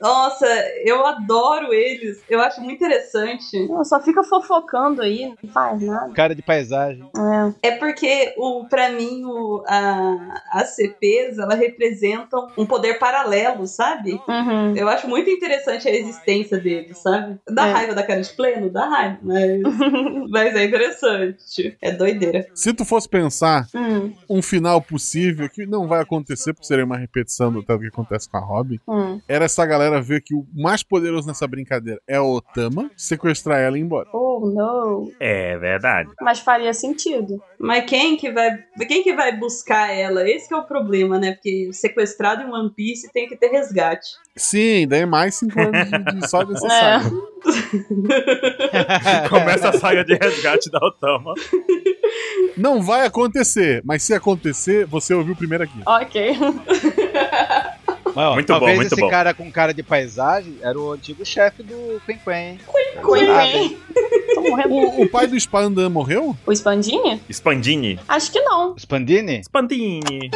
E: Nossa, eu adoro eles. Eu acho muito interessante.
D: Não, só fica fofocando aí, não faz nada.
A: Cara de paisagem. <laughs>
D: É.
E: É porque, o, pra mim, o, a, as CPs, ela representam um poder paralelo, sabe?
D: Uhum.
E: Eu acho muito interessante a existência deles, sabe? Dá
D: É.
E: raiva da cara de pleno? Dá raiva, mas, mas é interessante. É doideira.
C: Se tu fosse pensar
D: Hum,
C: um final possível, que não vai acontecer, porque seria uma repetição do tanto que acontece com a Robin,
D: hum.
C: era essa galera ver que o mais poderoso nessa brincadeira é o Otama, sequestrar ela e ir embora.
D: Oh, no.
B: É verdade.
D: Mas faria sentido.
E: Mas quem que vai, quem que vai buscar ela? Esse que é o problema, né? Porque sequestrado em One Piece tem que ter resgate.
C: Sim, daí é mais cinco anos de, de só dessa
D: É.
C: saga.
B: Começa a saga de resgate da Otama.
C: Não vai acontecer, mas se acontecer, você ouviu primeiro aqui.
D: Ok. <laughs>
A: Mas, ó,
B: Muito bom,
A: talvez
B: muito
A: esse
B: bom.
A: cara com cara de paisagem era o antigo chefe do Quen Quen.
D: Coisa.
A: Nada.
D: Tô morrendo.
C: O, o pai do Spanda morreu?
D: O Spandini?
B: Expandini.
D: Acho que não.
A: Spandini?
B: Expandini.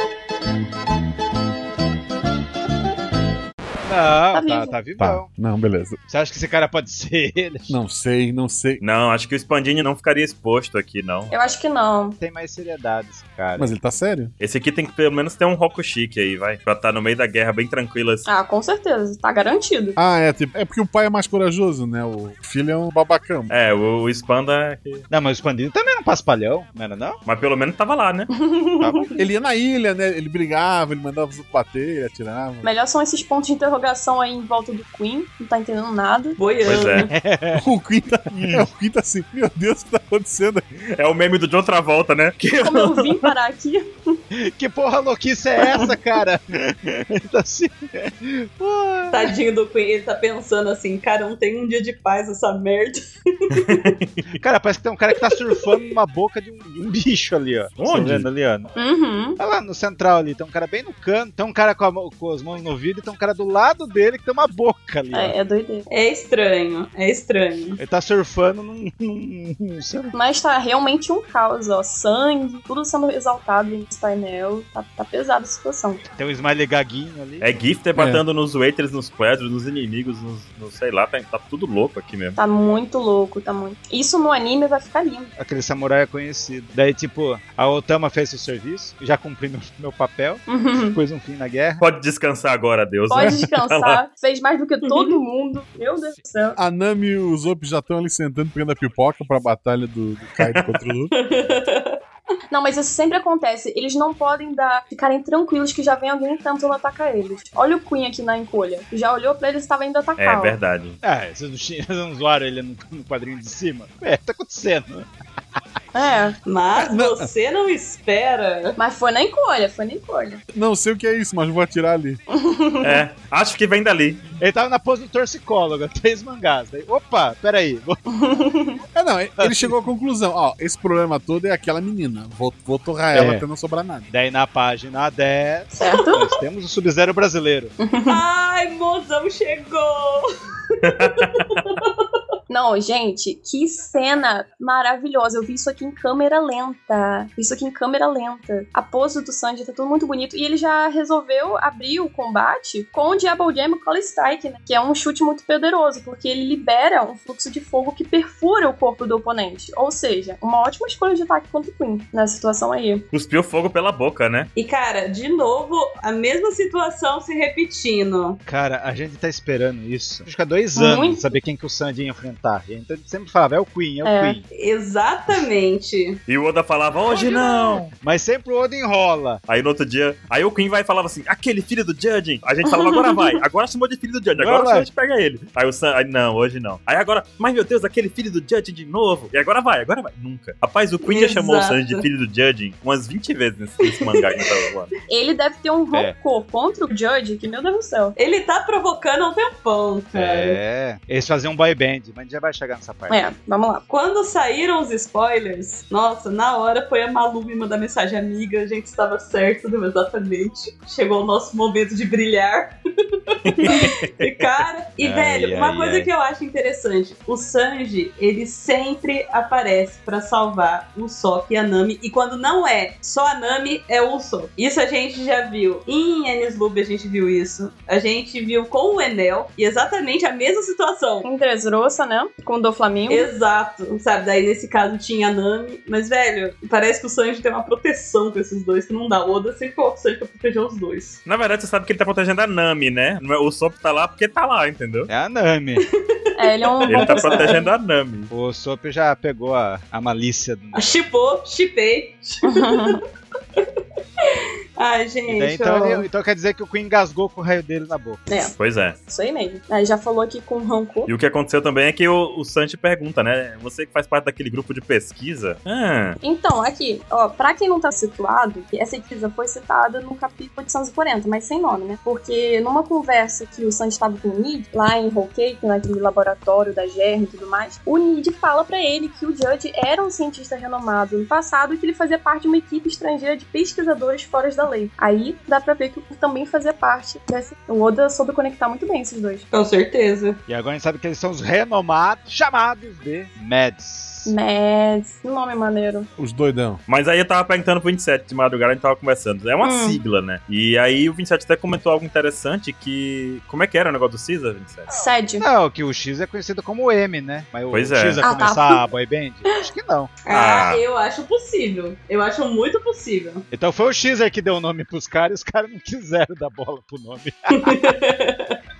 A: Não, tá,
D: vivo.
A: tá vivão.
C: Tá, não, beleza.
A: Você acha que esse cara pode <laughs> ser ele?
C: Não sei, não sei.
B: Não, acho que o Expandini não ficaria exposto aqui, não.
D: Eu acho que não.
A: Tem mais seriedade esse cara.
C: Mas ele tá sério?
B: Esse aqui tem que pelo menos ter um Roku chique aí, vai. Pra tá no meio da guerra bem tranquilo assim.
D: Ah, com certeza. Tá garantido.
C: Ah, é, tipo, é porque o pai é mais corajoso, né? O filho é um babacão.
B: É, o, o Spanda. é
A: Não, mas o Spandini também era um paspalhão, não era não? <laughs>
B: Mas pelo menos tava lá,
D: <laughs>
B: né?
C: Ele ia na ilha, né? Ele brigava, ele mandava os outros bater, ele atirava.
D: Melhor são esses pontos de interrogação aí em volta do Queen. Não tá entendendo nada.
B: Pois
E: Boiando.
B: é.
C: <laughs> O Quinta, é, o Quinta assim, meu Deus, o que tá acontecendo?
B: É o meme do John Travolta, né? Que
D: Como eu vim parar aqui?
A: Que porra louquice é essa,
B: <laughs>
A: cara? Ele tá assim.
E: <laughs> Tadinho do Queen, ele tá pensando assim, cara, não tem um dia de paz essa merda. <laughs>
A: Cara, parece que tem um cara que tá surfando numa boca de um, de um bicho ali, ó.
B: Onde?
A: Tá vendo ali, ó?
D: Uhum.
A: Tá lá no central ali, tem um cara bem no canto, tem um cara com, a mão- com as mãos no ouvido e tem um cara do lado dele que tem uma boca ali, ó.
D: É, é doideira.
E: É estranho, é estranho.
A: Ele tá surfando num. num- num- num-
D: Mas tá realmente um caos, ó. Sangue, tudo sendo exaltado nesse painel. Tá, tá pesada a situação.
A: Tem um smiley gaguinho ali.
B: <laughs> É Gifter batendo nos waiters, nos quadros, nos inimigos, nos, nos- sei lá, tá, tá tudo louco aqui mesmo.
D: Tá muito louco, tá muito. Isso no anime vai
B: <laughs>
D: ficar lindo.
A: Aquele samurai é conhecido. Daí, tipo, a Otama fez seu serviço, já cumpri meu, meu papel,
D: Uhum.
A: pôs um fim na guerra.
B: Pode descansar agora, Deus, né? <laughs>
D: Pode descansar. Fez mais do que
B: Uhum.
D: todo mundo. Meu Deus do céu.
C: A Nami e o Zop já estão ali sentando, pegando a pipoca pra batalha do, do Kaido contra o Luffy.
D: Não, mas isso sempre acontece. Eles não podem dar, ficarem tranquilos que já vem alguém tentando atacar eles. Olha o Queen aqui na encolha. Já olhou pra eles e estava indo atacar.
B: É
D: ó.
B: verdade.
A: <laughs> Ah, vocês não, tinham- vocês não zoaram ele no, no quadrinho de cima? É, tá acontecendo.
D: É,
E: Mas
C: Não.
E: você
B: <laughs>
E: não espera.
D: mas foi na encolha, foi na encolha.
C: Não sei o que é isso, mas vou atirar ali.
B: É, acho que vem dali.
A: Ele tava na pose do torcicólogo, <laughs> três mangás. Daí, opa, peraí, <laughs> vou-
C: É, não, ele chegou à conclusão. Ó, esse problema todo é aquela menina. Vou, vou torrar ela
A: É.
C: até não sobrar nada.
A: Daí na página 10,
D: Certo? <laughs>
A: nós temos o Sub-Zero brasileiro.
E: Ai, mozão chegou!
D: Não, gente, que cena maravilhosa. Eu vi isso aqui em câmera lenta. Isso aqui em câmera lenta. A pose do Sanji tá tudo muito bonito. E ele já resolveu abrir o combate com o Diablo Jam e o Call Strike, né? Que é um chute muito poderoso, porque ele libera um fluxo de fogo que perfura o corpo do oponente. Ou seja, uma ótima escolha de ataque contra o Queen nessa situação aí.
B: Cuspiu fogo pela boca, né?
E: E cara, de novo, a mesma situação se repetindo.
A: Cara, a gente tá esperando isso. Acho que há dois anos
D: Muito.
A: saber quem que o Sandy ia enfrentar. A gente sempre falava, é o Queen, é o
D: É.
A: Queen.
E: Exatamente.
B: E o Oda falava, hoje não!
A: Mas sempre o Oda enrola.
B: Aí no outro dia, aí o Queen vai e falava assim, aquele filho do Judging. A gente falava, agora vai, agora chamou de filho do Judging, agora
A: Agora
B: a gente pega ele. Aí o Sam, aí, não, hoje não. Aí agora, mas meu Deus, aquele filho do Judging de novo. E agora vai, agora vai. Nunca. Rapaz, o Queen já chamou o
E: Exato.
B: Sanji de filho do Judging umas 20 vezes nesse, nesse mangá que tá voando.
D: Ele deve ter um
A: É.
D: rancor contra o Judge, que meu Deus do céu.
E: Ele tá provocando há um tempão, cara.
A: É. Eles faziam um boy band, mas a gente já vai chegar nessa parte.
D: É, vamos lá.
E: Quando saíram os spoilers, nossa, na hora foi a Malu me mandar mensagem amiga, a gente estava certo, deu exatamente. Chegou o nosso momento de brilhar. <laughs> e cara, e
A: Ai,
E: velho, uma
A: ai,
E: coisa
A: ai.
E: que eu acho interessante, o Sanji, ele sempre aparece pra salvar o Sop e a Nami, e quando não é só a Nami, é o Usopp. Isso a gente já viu em Enies Lube, a gente viu isso. A gente viu com o Enel, e exatamente a mesma situação.
D: Em Dressrosa, né? Com o do <laughs> Flamengo.
E: Exato, sabe? Daí nesse caso tinha a Nami, mas velho, parece que o Sanji tem uma proteção com esses dois que não dá. O Oda sempre coloca o Sanji pra proteger os dois.
B: Na verdade, você sabe que ele tá protegendo a Nami, né? Não é- O Sop tá lá porque tá lá, entendeu?
A: É a Nami.
D: É, ele é um bom
B: Ele tá
D: personagem.
B: protegendo a Nami.
A: o Sop já pegou a, a malícia do.
E: A Shippo,
D: <laughs>
E: chipei. Ai,
A: E
E: gente.
A: daí, então,
E: ó.
A: ele- então quer dizer que o Queen engasgou com o raio dele na boca.
D: É,
B: Pois é.
D: isso aí mesmo. Aí já falou aqui com rancor.
B: E o que aconteceu também é que o, o Sanji pergunta, né? Você que faz parte daquele grupo de pesquisa. Ah,
D: Então, aqui, ó, pra quem não tá situado, essa pesquisa foi citada no capítulo 840, mas sem nome, né? Porque numa conversa que o Sanji estava com o Nid, lá em Whole Cake, naquele laboratório da germ e tudo mais, o Nid fala pra ele que o Judge era um cientista renomado no passado e que ele fazia parte de uma equipe estrangeira de pesquisadores fora da lei. Aí dá pra ver que o Kiko também fazia parte dessa. O Oda soube conectar muito bem esses dois.
E: Com certeza.
A: E agora a gente sabe que eles são os renomados, chamados de Mads.
D: Mas, que nome maneiro.
C: Os doidão.
B: Mas aí eu tava perguntando pro 27 de madrugada, a gente tava conversando. É uma
D: Hum.
B: sigla, né? E aí o 27 até comentou algo interessante que. Como é que era o negócio do Caesar, 27?
D: Sede.
A: Não, que o X é conhecido como M, né? Mas o
B: Pois é.
A: X vai
D: Ah, tá.
A: começar a boy band? Acho que não.
E: Ah,
B: Ah.
E: eu acho possível. Eu acho muito possível.
A: Então foi o Xer que deu o nome pros caras e os caras não quiseram dar bola pro nome.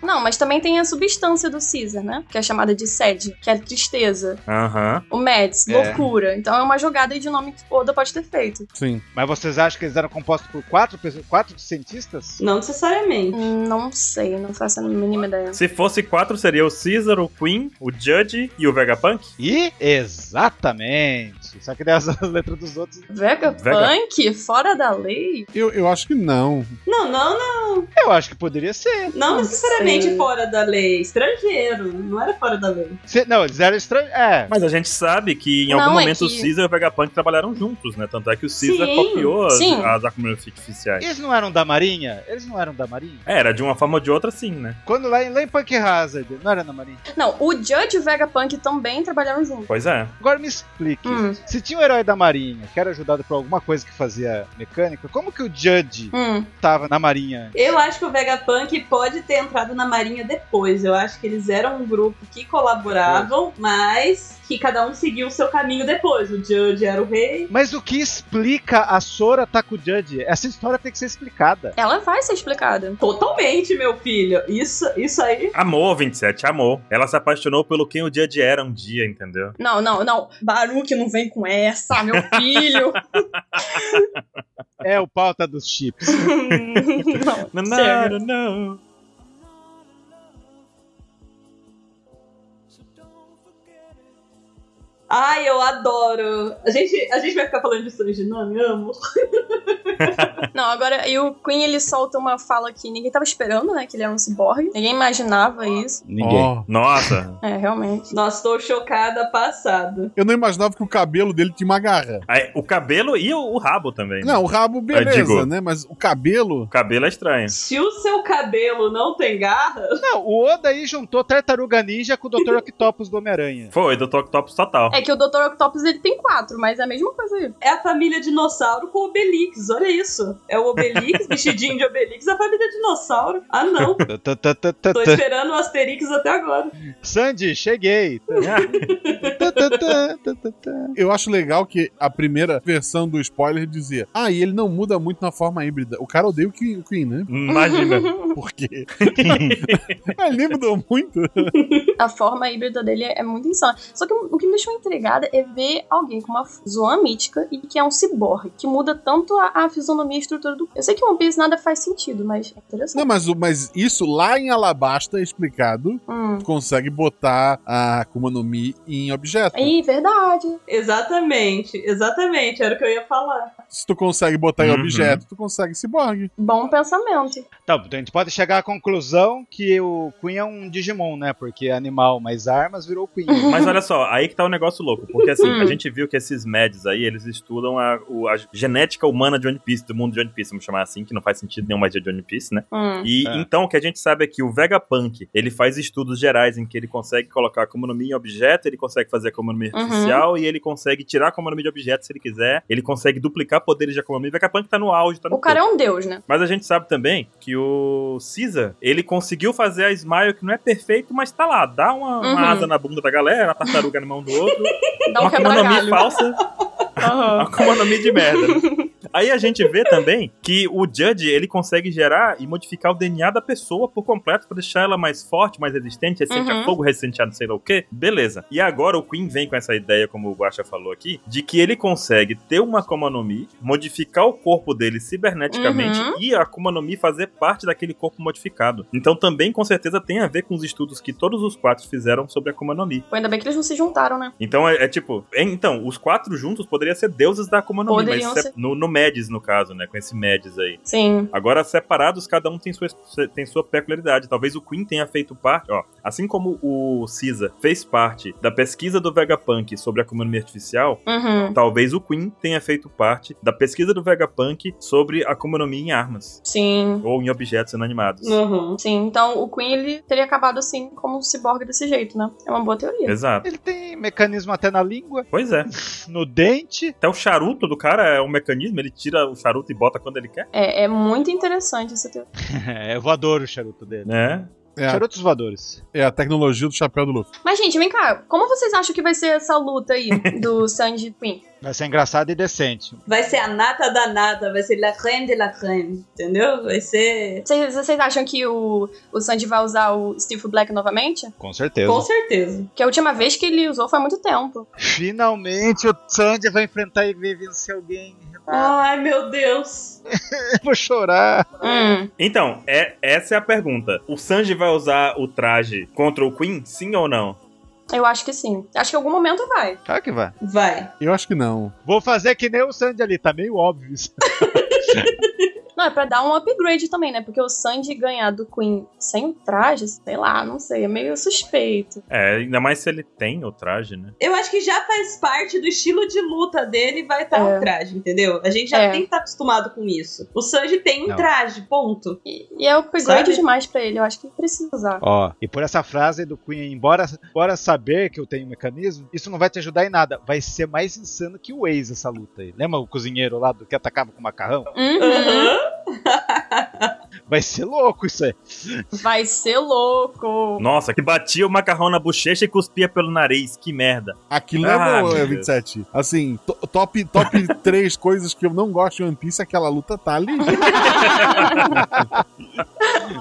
D: Não, mas também tem a substância do Caesar, né? Que é chamada de sede, que é tristeza.
B: Aham.
D: O Mads,
A: É.
D: loucura. Então é uma jogada aí de nome que Oda pode ter feito.
C: Sim.
A: Mas vocês acham que eles eram compostos por quatro, pessoas- quatro cientistas?
E: Não necessariamente.
D: Hum, Não sei, não faço a mínima ideia.
B: Se fosse quatro, seria o Caesar, o Queen, o Judge e o Vegapunk?
A: E exatamente. Só que daí as <laughs> as letras dos outros.
D: Vegapunk? Fora da lei?
C: Eu, eu acho que não.
E: Não, não, não.
A: Eu acho que poderia ser.
E: Não
D: Não
E: necessariamente
D: sei.
E: fora da lei. Estrangeiro. Não era fora da lei.
A: Se- não, eles eram estranhos. É.
B: Mas a gente sabe que em
D: Não,
B: algum
D: é
B: momento o
D: que-
B: Caesar e o Vegapunk trabalharam juntos, né? Tanto é que o Caesar
E: Sim,
B: copiou as,
D: sim.
B: as Akumas artificiais.
A: Eles não eram da Marinha? Eles não eram da Marinha?
B: É, Era de uma forma ou de outra, sim, né?
A: Quando lá em, lá em Punk Hazard, não era da Marinha?
D: Não, o Judge e o Vegapunk também trabalharam juntos.
B: Pois é.
A: Agora me explique.
D: Hum.
A: Se tinha um herói da Marinha que era ajudado por alguma coisa que fazia mecânica, como que o Judge
D: Hum,
A: tava na Marinha?
E: Eu acho que o Vegapunk pode ter entrado na Marinha depois. Eu acho que eles eram um grupo que colaboravam, mas que cada um seguiu o seu caminho depois. O Judge era o rei.
A: Mas o que explica a Sora tá com o Judge? Essa história tem que ser explicada.
D: ela vai ser explicada.
E: Totalmente, meu filho. Isso, isso aí.
B: Amou, 27, amou. Ela se apaixonou pelo quem o Judge era um dia, entendeu?
D: Não, não, não. Baruque não vem com essa, meu <laughs> filho.
A: É o pauta dos chips.
D: não,
B: Não,
D: sério.
B: não, não.
F: So don't forget it.
E: Ai, eu adoro. A gente, a gente vai ficar falando de Sanji Nami, amo.
D: Não, agora, e o Queen ele solta uma fala que ninguém tava esperando, né? Que ele era um ciborgue. Ninguém imaginava isso.
F: Ninguém.
C: Ó,
B: Nossa.
D: É, realmente.
E: Nossa, tô chocada, passada.
C: eu não imaginava que o cabelo dele tinha uma garra.
B: Aí, o cabelo e o, o rabo também. né?
C: Não, o rabo, beleza,
B: digo-
C: né? Mas o cabelo.
B: O cabelo é estranho.
E: Se o seu cabelo não tem garra,
A: Não, o Oda aí juntou Tartaruga Ninja com o Dr. Octopus do Homem-Aranha.
B: Foi, do Tok Top total.
D: É que o Dr. Octopus ele tem quatro, mas é a mesma coisa aí.
E: é a família dinossauro com Obelix, olha isso. É o Obelix, vestidinho de Obelix, a família dinossauro. Ah, não.
A: Tã, tã, tã, tã, tã,
E: Tô
A: tã.
E: esperando o Asterix até agora.
A: Sandy, cheguei.
D: É.
A: Tã, tã, tã, tã, tã, tã.
C: Eu acho legal que a primeira versão do spoiler dizia: Ah, e ele não muda muito na forma híbrida. O cara odeia o Queen, o Queen, né?
B: <laughs>
C: <laughs>
B: Imagina. <laughs>
C: Porque. É, ele nem mudou muito.
D: A forma híbrida dele é muito insana. Só que o que me deixou intrigada é ver alguém com uma zoa mítica e que é um ciborgue, que muda tanto a, a fisionomia e a estrutura do. Eu sei que One Piece nada faz sentido, mas é interessante.
C: Não, mas, o- mas isso lá em Alabasta é explicado.
D: Hum.
C: Consegue botar a Akuma no Mi em objeto.
D: Aí, verdade.
E: Exatamente, exatamente, era o que eu ia falar.
C: Se tu consegue botar em
B: Uhum.
C: objeto, tu consegue ciborgue.
D: Bom pensamento.
A: Então, a gente pode chegar à conclusão que o Queen é um Digimon, né? Porque é animal, mas armas virou Queen.
B: Mas olha só, aí que tá o negócio louco. Porque assim,
D: Hum.
B: a gente viu que esses médios aí, eles estudam a, o- a genética humana de One Piece, do mundo de One Piece, vamos chamar assim, que não faz sentido nenhum mais de One Piece, né?
D: Hum.
B: E
A: É.
B: então o que a gente sabe é que o Vegapunk, ele faz estudos gerais em que ele consegue colocar a Akuma no Mi em objeto, ele consegue fazer a Akuma no Mi
D: Uhum.
B: artificial e ele consegue tirar a Akuma no Mi de objeto se ele quiser, ele consegue duplicar poderes de Akuma no Mi. O Vegapunk tá no auge, tá no
D: O cara é um deus, né?
B: Mas a gente sabe também que o Caesar, ele conseguiu fazer a Smile que não é perfeito, mas tá lá, dá uma, uma
D: Uhum.
B: asa na bunda da galera, a tartaruga na mão do outro,
D: Dá um
B: uma Akuma no Mi
D: quebra-galho.
B: falsa, uma Akuma no Mi de merda. né? Aí a gente vê também que o Judge, ele consegue gerar e modificar o DNA da pessoa por completo pra deixar ela mais forte, mais resistente, resistente
D: Uhum.
B: a fogo, resistente a não sei lá o quê. Beleza. E agora o Queen vem com essa ideia, como o Guaxa falou aqui, de que ele consegue ter uma Akuma no Mi, modificar o corpo dele ciberneticamente
D: Uhum.
B: e a Akuma no Mi fazer parte daquele corpo modificado. Então também, com certeza, tem a ver com os estudos que todos os quatro fizeram sobre a Akuma no Mi.
D: Pô, ainda bem que eles não se juntaram, né?
B: Então é, é tipo, é, então, os quatro juntos poderiam ser deuses da Akuma no Mi, mas
D: Poderiam
B: se- é
D: ser.
B: no, no Medes, no caso, né? Com esse Medes aí.
D: Sim.
B: Agora, separados, cada um tem sua, tem sua peculiaridade. Talvez o Queen tenha feito parte, ó. Assim como o Caesar fez parte da pesquisa do Vegapunk sobre a Akuma no Mi artificial,
D: Uhum.
B: talvez o Queen tenha feito parte da pesquisa do Vegapunk sobre a Akuma no Mi em armas.
D: Sim.
B: Ou em objetos inanimados.
E: Uhum.
D: Sim, então o Queen ele teria acabado assim como um ciborgue desse jeito, né? É uma boa teoria.
B: Exato.
A: Ele tem mecanismo até na língua,
B: Pois é.
A: no dente.
B: Até o charuto do cara é um mecanismo, ele tira o charuto e bota quando ele quer.
D: É, é muito interessante essa teoria.
A: É voador o charuto dele.
B: Né?
C: É a,
A: Charutos voadores.
C: é a tecnologia do chapéu do Luffy.
D: Mas, gente, vem cá, como vocês acham que vai ser essa luta aí do Sanji e Queen?
A: Vai ser engraçado e decente.
E: Vai ser a nata da nata, vai ser la crème de la crème, entendeu? Vai ser.
D: Vocês, vocês acham que o, o Sanji vai usar o Steve Black novamente?
A: Com certeza.
E: Com certeza.
D: Porque a última vez que ele usou foi há muito tempo.
A: Finalmente o Sandy vai enfrentar e ver se alguém. <laughs>
E: Ai, meu Deus.
A: Eu vou chorar.
D: Hum,
B: Então, é, essa é a pergunta. O Sanji vai usar o traje contra o Queen? Sim ou não?
D: eu acho que sim. Acho que em algum momento vai.
A: Claro que vai.
E: Vai.
C: Eu acho que não.
A: Vou fazer que nem o Sandy ali, tá meio óbvio isso.
D: Não, é pra dar um upgrade também, né? Porque o Sanji ganhar do Queen sem o traje, sei lá, não sei, é meio suspeito.
B: É, ainda mais se ele tem o traje, né?
E: Eu acho que já faz parte do estilo de luta dele vai estar
D: É.
E: um traje, entendeu? A gente já
D: É.
E: tem que estar acostumado com isso. O Sanji tem um
A: Não.
E: traje, ponto.
D: E, e é upgrade
E: Sabe?
D: demais pra ele, eu acho que precisa usar.
A: Ó, e por essa frase do Queen, embora, embora saber que eu tenho um mecanismo, isso não vai te ajudar em nada. Vai ser mais insano que o Waze essa luta aí. Lembra o cozinheiro lá do que atacava com macarrão?
D: Uhum.
A: Vai ser louco isso aí.
D: <laughs> Vai ser louco.
B: Nossa, que batia o macarrão na bochecha e cuspia pelo nariz. Que merda.
C: Aquilo não
B: Ah,
C: é bom,
B: meu
C: é
B: Deus.
C: 27. Assim, to- top, top
B: <laughs>
C: 3 coisas que eu não gosto de One Piece, aquela luta tá ali.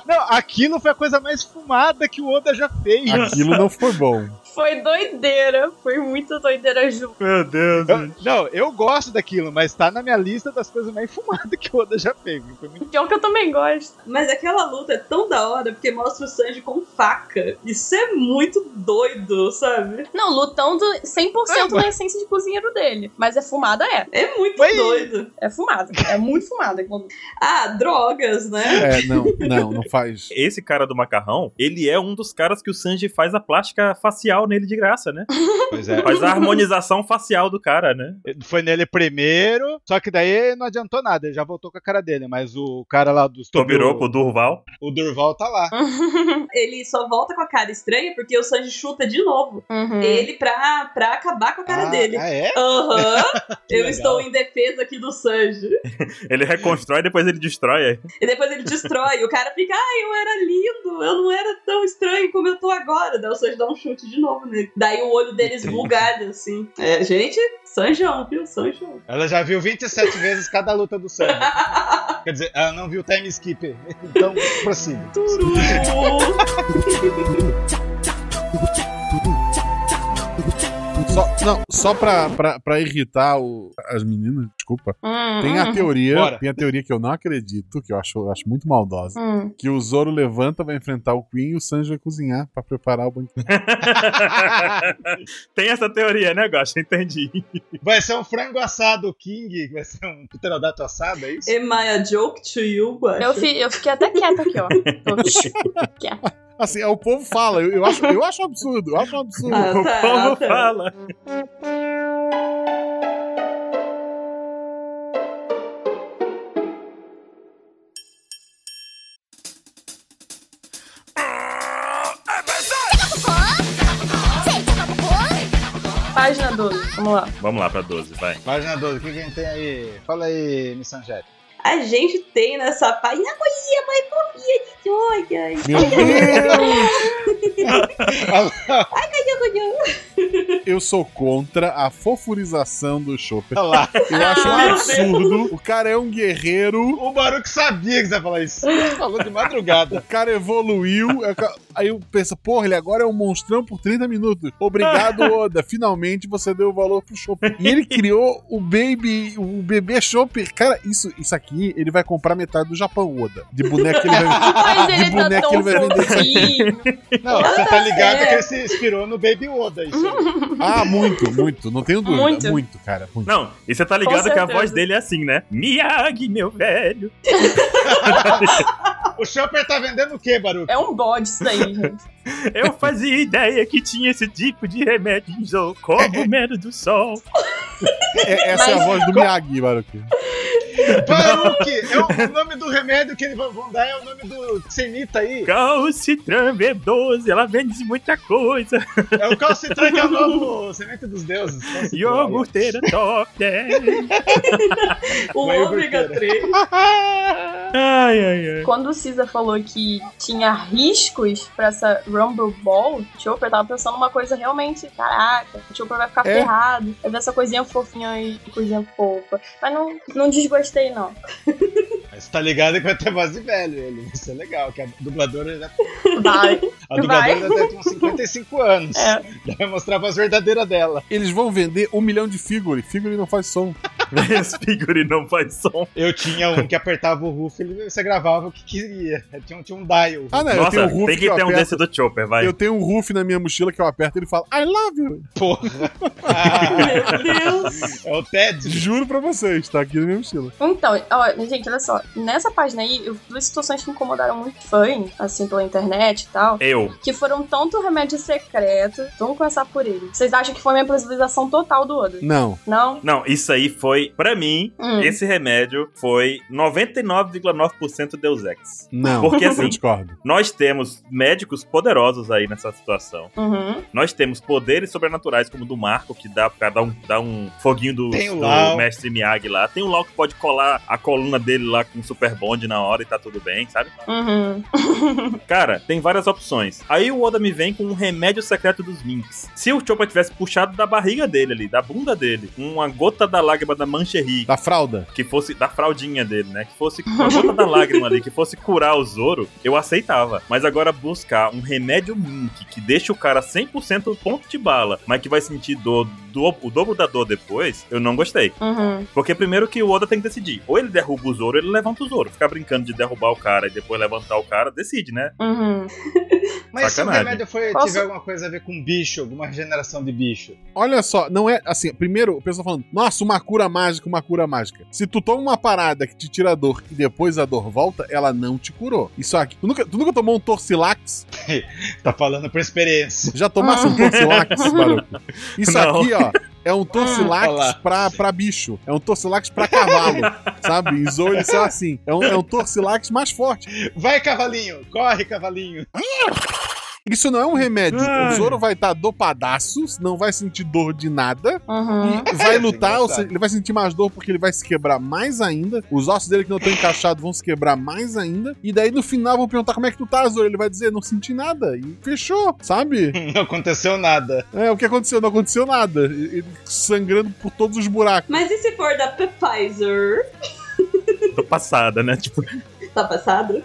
A: Não, aquilo foi a coisa mais fumada que o Oda já fez.
C: Aquilo não foi bom.
D: Foi doideira. Foi muito doideira junto.
B: Meu Deus.
A: Eu- não, eu gosto daquilo, mas tá na minha lista das coisas mais fumadas que o Oda já fez. Foi muito-
D: Pior que eu também gosto.
E: Mas aquela luta é tão da hora porque mostra o Sanji com faca. Isso é muito doido, sabe?
D: Não, lutando 100% da essência de cozinheiro dele. Mas é fumada, é.
E: É muito
A: Ui.
E: doido.
D: É fumada. É muito fumada.
E: Ah, drogas, né?
C: É, não, não, não faz.
B: Esse cara do macarrão, ele é um dos caras que o Sanji faz a plástica facial nele de graça, né?
A: Pois é.
B: Faz a harmonização <laughs> facial do cara, né?
A: Foi nele primeiro, só que daí não adiantou nada, ele já voltou com a cara dele, mas o cara lá dos
B: Tobiropo, Durval.
A: o Durval tá lá.
E: Ele só volta com a cara estranha porque o Sanji chuta de novo.
D: Uhum.
E: Ele pra, pra acabar com a cara
A: Ah,
E: dele.
A: Ah, é?
E: Aham,
A: <laughs> Que
E: eu
A: legal.
E: estou em defesa aqui do Sanji.
B: Ele reconstrói, depois ele <laughs> destrói. é.
E: E depois ele destrói. O cara fica, ai, eu era lindo, eu não era tão estranho como eu tô agora. Daí o Sanji dá um chute de novo nele. Daí o olho dele esbugalha, assim. É, gente, Sanjão, viu?
A: <laughs>
E: Sanjão.
A: Ela já viu 27 vezes cada luta do Sanji. Quer dizer, ela não viu o time skip. Então, prossiga.
E: Turu.
C: Só, não, só pra, pra, pra irritar o- as meninas, desculpa.
D: Hum,
C: Tem a
D: hum,
C: teoria,
A: Bora.
C: tem a teoria que eu não acredito, que eu acho, eu acho muito maldosa.
D: hum.
C: Que o Zoro levanta, vai enfrentar o Queen e o Sanji vai cozinhar pra preparar o banquete.
B: Tem essa teoria, né, Gosta? Entendi.
A: Vai ser um frango assado King, vai ser um pterodato assado, é isso?
E: Am I a joke to you? Guaxa?
D: Eu, fi- eu fiquei até quieta aqui, ó.
B: <laughs>
D: Tô-
C: Assim, é, o povo fala, eu, eu acho, eu acho um absurdo, eu acho um absurdo.
E: Ah,
B: o
E: tá,
B: povo
E: tá.
B: fala.
D: Página 12. Vamos lá.
B: Vamos lá pra 12, vai.
A: Página 12, o que que a gente tem aí? Fala aí, Miss Angélica.
E: A gente tem nessa página a coisinha mais fofinha de joia.
C: Meu Deus!
E: Olha
C: Eu sou contra a fofurização do Chopper.
A: Olha lá.
C: Eu acho um
E: Meu
C: absurdo. O cara é um guerreiro.
A: O Baruch sabia que você ia falar isso. Ele falou de
C: O <laughs>
A: madrugada.
C: cara evoluiu. é o ca- Aí eu penso, porra, ele agora é um monstrão por 30 minutos. Obrigado, Oda. Finalmente você deu o valor pro Chopper. E ele criou o baby, o bebê Chopper. Cara, isso, isso aqui, ele vai comprar metade do Japão, Oda. De boneco ele vai.
D: Mas ele
C: Ah, De
D: tá
C: boneco
D: tão
C: ele vai vender isso
D: fofinho.
A: Não, você tá ligado
E: certo.
A: que ele se inspirou no Baby Oda, isso aí.
C: Ah, muito, muito. Não tenho dúvida.
D: Muito.
C: Muito, cara. Muito.
B: Não, e você tá ligado que a
D: certeza.
B: voz dele é assim, né? Miyagi, meu velho.
A: O Chopper tá vendendo o quê, Baruch?
D: É um bode isso daí, gente.
B: Eu <laughs> fazia ideia que tinha esse tipo de remédio em jogo. Como medo do sol.
C: É- essa é
D: Mas-
C: a voz do Miyagi, Baruki.
A: Baruch! É o, o nome do remédio que eles vão- vão dar é o nome do Senita aí.
B: Calcitran B12, ela vende muita coisa. <laughs>
A: É o Calcitran que é o novo semente dos deuses. Calcitran.
B: Iogurteira top. é.
E: O
A: Vai,
E: ômega
A: Roberteira.
E: 3.
B: <laughs> Ai, ai, ai.
D: Quando o Cisa falou que tinha riscos pra essa Rumble Ball, o Chopper tava pensando numa coisa realmente, caraca, o Chopper vai ficar
C: É.
D: ferrado. Vai ver essa coisinha fofinha e coisinha fofa. Mas não, não desgostei, não.
A: Mas tá ligado que vai ter voz de velho ele. Isso é legal, que a dubladora já,
D: Vai.
A: a dubladora
D: Vai.
A: já deve ter uns 55 anos.
D: É.
A: Ela Vai mostrar a voz verdadeira dela.
C: Eles vão vender um milhão de figure. Figure não faz som.
B: Esse figure não faz som.
A: Eu tinha um que apertava o roof e você gravava o que queria. Tinha, um- tinha um dial.
C: Ah, não, eu tenho
B: Nossa,
C: um Ruf
B: tem
C: que
B: que
C: eu
B: ter um
C: aperto.
B: desse do Chopper, vai.
C: Eu tenho um Ruf na minha mochila que eu aperto e ele fala, I love you.
A: Porra. Ah,
E: <laughs> Meu Deus.
A: é o Ted.
C: Juro pra vocês, tá aqui na minha mochila.
D: Então, ó, gente, olha só. Nessa página aí, eu- duas situações que incomodaram muito fã, assim, pela internet e tal.
B: Eu.
D: que foram tanto remédio secreto. Vamos começar por ele. Vocês acham que foi uma improvisação total do Oda?
C: Não.
D: Não?
B: Não, isso aí foi, pra mim,
D: Hum.
B: esse remédio foi 99,9% Deus Ex. <laughs>
C: Não.
B: Porque
C: Eu
B: assim,
C: discordo.
B: nós temos médicos poderosos aí nessa situação.
D: Uhum.
B: Nós temos poderes sobrenaturais, como o do Marco, que dá pra dar um, dar um foguinho do,
A: Tem o
B: do
A: Lau.
B: mestre Miyagi lá. Tem o Lau que pode colar a coluna dele lá com super bonde na hora e tá tudo bem, sabe?
D: Uhum.
B: Cara, tem várias opções. Aí o Oda me vem com um remédio secreto dos Minks. Se o Chopper tivesse puxado da barriga dele ali, da bunda dele, uma gota da lágrima da da Mancherry,
C: Da fralda.
B: que fosse da fraldinha dele, né? Que fosse uma gota da lágrima ali, que fosse curar o Zoro, eu aceitava. Mas agora buscar um remédio Mink que deixa o cara 100% ponto de bala, mas que vai sentir dor, do- o dobro da dor depois, eu não gostei.
D: Uhum.
B: Porque primeiro que o Oda tem que decidir. Ou ele derruba o Zoro, ou ele levanta o Zoro. Ficar brincando de derrubar o cara e depois levantar o cara, decide, né?
D: Uhum.
A: Mas se
B: Sacanagem.
A: o remédio foi,
D: Posso-
A: tiver alguma coisa a ver com bicho, alguma regeneração de bicho.
C: Olha só, não é assim. Primeiro, o pessoal falando, nossa, uma cura mágica, uma cura mágica. Se tu toma uma parada que te tira a dor e depois a dor volta, ela não te curou. Isso aqui. Tu nunca, tu nunca tomou um torcilax?
A: Tá falando por experiência.
C: Já tomasse
B: <laughs>
C: um torcilax, Baruco? Isso
B: Ah. Não. Ah.
C: aqui, ó. É um
A: Olha lá.
C: torcilax pra, pra bicho. É um torcilax pra cavalo. sabe? Em Zoe, isso é assim. É um, é um torcilax mais forte.
A: Vai, cavalinho! Corre, cavalinho!
C: Isso não é um remédio.
B: Ai.
C: O Zoro vai estar dopadaço, não vai sentir dor de nada.
B: Ah.
D: Uhum.
C: E vai
A: É
C: lutar, ou
A: engraçado.
C: seja, ele vai sentir mais dor porque ele vai se quebrar mais ainda. Os ossos dele que não estão encaixados vão se quebrar mais ainda. E daí no final vão perguntar como é que tu tá, Zoro. Ele vai dizer, não senti nada. E fechou, sabe?
A: Não aconteceu nada.
C: É, o que aconteceu? Não aconteceu nada. E- Ele sangrando por todos os buracos.
E: Mas e se for da P- Pfizer?
B: Tô passada, né? Tipo,
E: Tá passado?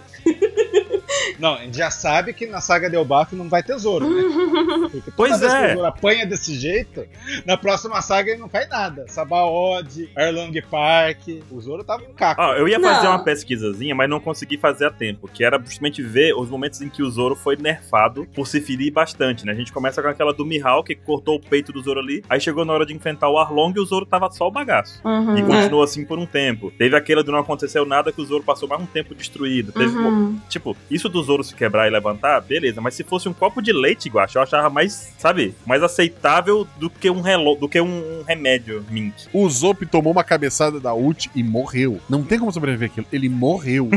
A: Não, a gente já sabe que na saga de Elbaf não vai tesouro, né?
D: uhum,
A: Porque toda
B: Pois
A: vez que
B: é.
A: o tesouro apanha desse jeito, na próxima saga ele não cai nada. Sabaody, Erlang Park, o Zoro tava um caco.
B: ó, eu ia
E: Não.
B: fazer uma pesquisazinha, mas não consegui fazer a tempo. Que era justamente ver os momentos em que o Zoro foi nerfado por se ferir bastante, né? A gente começa com aquela do Mihawk, que cortou o peito do Zoro ali. Aí chegou na hora de enfrentar o Arlong e o Zoro tava só o bagaço. E
D: Uhum.
B: continuou assim por um tempo. Teve aquela do não aconteceu nada que o Zoro passou mais um tempo destruído. Teve,
D: Uhum.
B: Tipo, isso do Zoro se quebrar e levantar, beleza, mas se fosse um copo de leite, Guacha, eu achava mais, sabe, mais aceitável do que um relo do que um, um remédio, Mink.
C: O Zop tomou uma cabeçada da ult e morreu. Não tem como sobreviver aquilo. Ele morreu.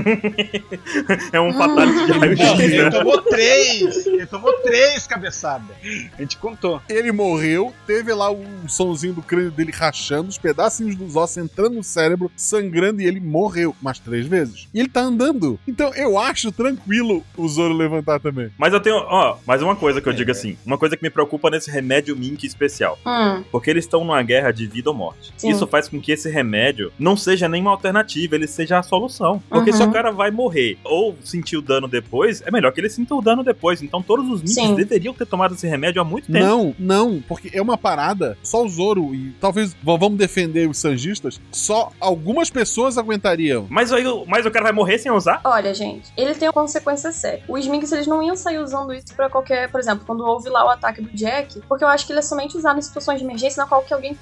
B: É
D: Uhum.
B: um fatality de
A: Não, ele
B: <laughs> raio-x, né?
A: tomou três! Ele tomou três cabeçadas. A gente contou.
C: Ele morreu, teve lá o somzinho do crânio dele rachando, os pedacinhos dos ossos entrando no cérebro, sangrando e ele morreu umas três vezes. E ele tá andando. Então eu acho tranquilo o Zoro levantar também.
B: Mas eu tenho, ó, mais uma coisa que eu
A: É.
B: digo assim, uma coisa que me preocupa nesse remédio Mink especial,
D: Uhum.
B: porque eles estão numa guerra de vida ou morte.
D: Sim.
B: Isso faz com que esse remédio não seja nenhuma alternativa, ele seja a solução. Porque se
D: Uhum.
B: o cara vai morrer ou sentir o dano depois, é melhor que ele sinta o dano depois. Então todos os
D: Sim.
B: Minks deveriam ter tomado esse remédio há muito tempo.
C: Não, não, porque é uma parada. Só o Zoro e talvez v- vamos defender os sanjistas. Só algumas pessoas aguentariam.
B: Mas, aí, o- mas o cara vai morrer sem usar?
D: Olha, gente, ele tem uma consequência séria. Os Minks, eles não iam sair usando isso pra qualquer... Por exemplo, quando houve lá o ataque do Jack, porque eu acho que ele é somente usado em situações de emergência na qual que alguém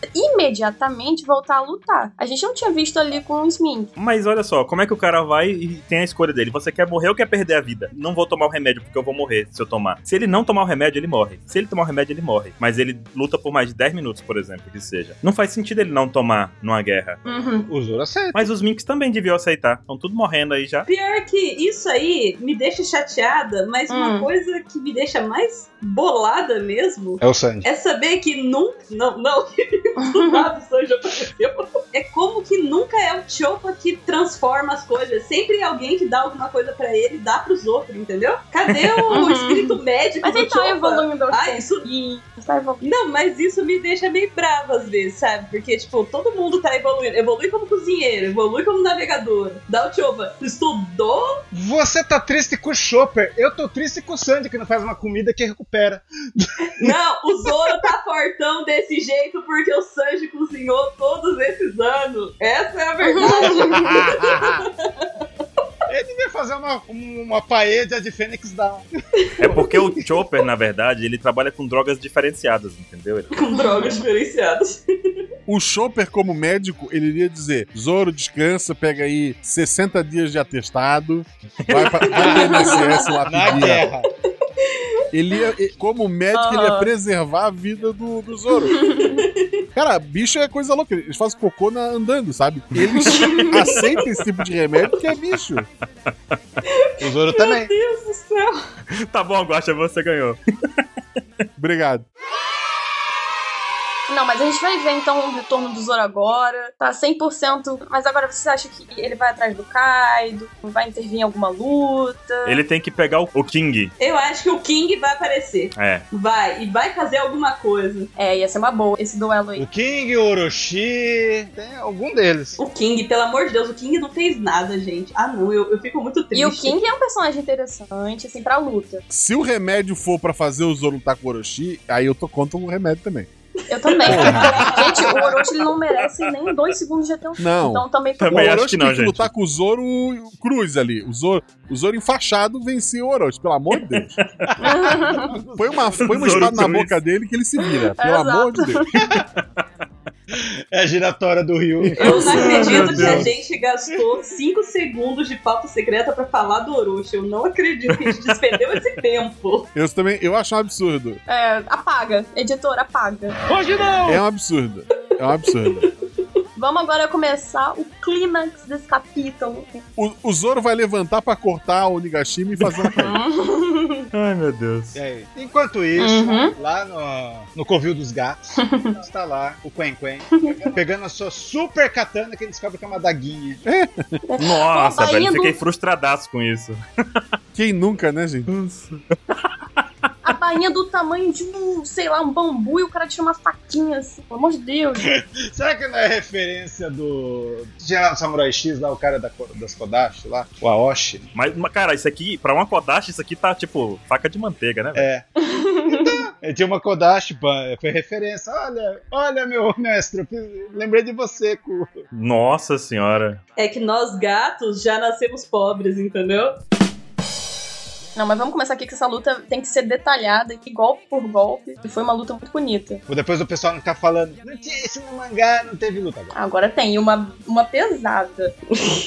D: imediatamente voltar a lutar. A gente não tinha visto ali com os Minks.
B: Mas olha só, como é que o cara vai e tem a escolha dele? Você quer morrer ou quer perder a vida? Não vou tomar o remédio porque eu vou morrer se eu tomar. Se ele não tomar o remédio, ele morre. Se ele tomar o remédio, ele morre. Mas ele luta por mais de 10 minutos, por exemplo, que seja. Não faz sentido ele não tomar numa guerra.
D: Uhum.
A: O Zoro aceita.
B: Mas os Minks também deviam aceitar. Estão tudo morrendo aí já.
E: Pior que isso aí me deixa chateada, mas
D: Hum.
E: uma coisa que me deixa mais bolada mesmo
A: É o Sanji.
E: é saber que nunca. Não, não, <laughs> do nada o Sanji apareceu. É como que nunca é o Chopa que transforma as coisas. Sempre é alguém que dá alguma coisa pra ele e dá pros outros, entendeu? Cadê o
D: Uhum.
E: espírito médico
D: Mas
E: do
D: ele tá
E: Chopa?
D: evoluindo aos
E: Ah,
D: poucos.
E: isso
D: Ele tá evoluindo.
E: Não, mas isso me deixa meio brava às vezes, sabe? Porque, tipo, todo mundo tá evoluindo. Evolui como cozinheiro, evolui como navegador. Dá o Chopa. Estudou?
A: Você tá triste com o Chopper. Eu tô triste com o Sandy, que não faz uma comida que recupera.
E: Não, o Zoro <laughs> tá fortão desse jeito porque o Sanji cozinhou todos esses anos. Essa é a verdade.
A: Ele devia fazer uma, uma paella de Fênix Down.
B: É porque o Chopper, na verdade, ele trabalha com drogas diferenciadas, entendeu? Ele-
E: <laughs>
B: <laughs>
E: Com drogas diferenciadas.
C: O Chopper, como médico, ele iria dizer: Zoro, descansa, pega aí 60 dias de atestado, vai pra, vai pra INSS lá
A: Na
C: pedir a-
A: guerra.
C: Ele ia, e- como médico, ele ia
D: Aham.
C: preservar a vida do, do Zoro. Cara, bicho é coisa louca. Eles fazem cocô na- andando, sabe? Eles aceitam esse tipo de remédio porque é bicho.
A: O Zoro também.
E: Meu Deus do céu.
B: tá bom, Guacha, você ganhou.
C: Obrigado.
D: Não, mas a gente vai ver então o retorno do Zoro agora. Tá 100%. Mas agora vocês acham que ele vai atrás do Kaido? Vai intervir em alguma luta?
B: Ele tem que pegar o, o King.
E: Eu acho que o King vai aparecer.
B: É.
E: Vai, e vai fazer alguma coisa.
D: É, ia ser uma boa esse duelo aí.
A: O King, o Orochi, tem algum deles.
E: O King, pelo amor de Deus, o King não fez nada, gente. Ah, não, eu, eu fico muito triste.
D: E o King é um personagem interessante, assim, pra luta.
C: Se o remédio for pra fazer o Zoro lutar com o Orochi, aí eu tô contra o remédio também.
D: Eu também. gente, o Orochi ele não merece nem dois segundos de atenção.
C: Não.
D: Então também.
B: Também
C: o
B: acho
C: Orochi
B: que não,
C: tem que
B: gente.
C: lutar com o Zoro Cruz ali. O Zoro, o Zoro enfaixado vencia o Orochi, pelo amor de
D: <laughs>
C: Deus. Põe uma, põe
B: Zoro
C: uma espada na
B: Cruz.
C: boca dele que ele se vira, pelo
D: Exato.
C: amor de Deus.
A: É a giratória do Rio.
E: Eu não
B: Meu
E: acredito que a
B: Deus.
E: gente gastou 5 segundos de pauta secreta pra falar do Orochi. Eu não acredito que a gente despendeu esse tempo.
C: Eu também, eu acho um absurdo.
D: É, apaga. Editor, apaga.
A: <laughs> Hoje não!
C: É um absurdo. É um absurdo.
D: Vamos agora começar o clímax desse capítulo.
C: O, o Zoro vai levantar pra cortar o Onigashima e fazer uma coisa.
B: Ai, meu Deus.
A: E aí? Enquanto isso,
D: Uhum.
A: lá no, no Covil dos Gatos, está lá o Quen Quen pegando a sua super katana que ele descobre que é uma daguinha.
B: Nossa,
D: Tá
B: velho,
D: indo.
B: fiquei frustradaço com isso.
C: Quem nunca, né, gente?
D: A bainha do tamanho de um, sei lá, um bambu e o cara tira uma faquinha assim. Pelo amor de Deus.
A: Será que não é referência do. Tinha lá no Samurai X lá o cara da, Ko- das Kodashi lá? O Aoshi?
B: Mas, mas, cara, isso aqui, pra uma Kodashi, isso aqui tá tipo faca de manteiga, né? velho?
A: É. Então, ele tinha uma Kodashi, pá, foi referência. Olha, olha, meu mestre, eu fiz- lembrei de você. Cu.
B: Nossa senhora.
E: É que nós gatos já nascemos pobres, entendeu?
D: Não, mas vamos começar aqui que essa luta tem que ser detalhada, que golpe por golpe. E foi uma luta muito bonita.
A: Ou Depois o pessoal não tá falando. Não tinha isso no mangá, não teve luta agora.
D: Agora tem uma, uma pesada.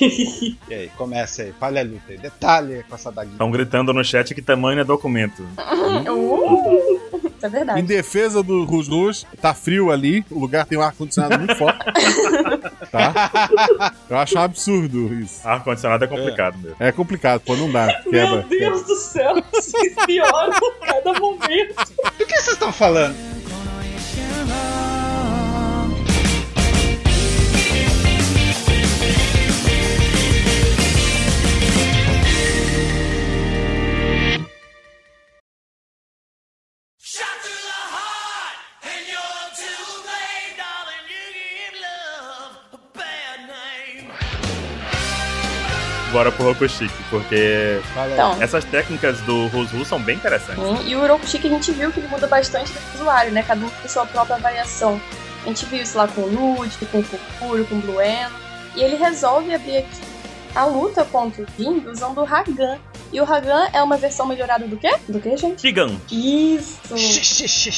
A: E aí, começa aí, falha a luta aí. Detalhe com essa daguinha.
B: Estão gritando no chat que tamanho é documento.
D: Uh, isso é
C: Em
D: verdade.
C: defesa do Rus Rus, tá frio ali, o lugar tem um ar-condicionado muito forte. Tá? Eu acho um absurdo isso.
B: Ar-condicionado é complicado, meu.
C: É complicado, pô, não dá. Quebra.
E: Meu Deus do céu, <laughs> vocês pioram a cada momento.
A: Do que vocês estão falando?
B: Bora pro Rokushiki, porque
A: Fala aí.
D: Então.
B: essas técnicas do Rus Rus são bem interessantes.
D: Sim, E o Urokushi que a gente viu que ele muda bastante do usuário, né? Cada um tem sua própria variação. A gente viu isso lá com o Nude, com o Kukuro, com o Blueno. E ele resolve abrir aqui a luta contra o Jing usando o Ragan. E o Ragan é uma versão melhorada do quê? Do quê, gente?
B: Shigan,
D: Isso!
A: Xixi.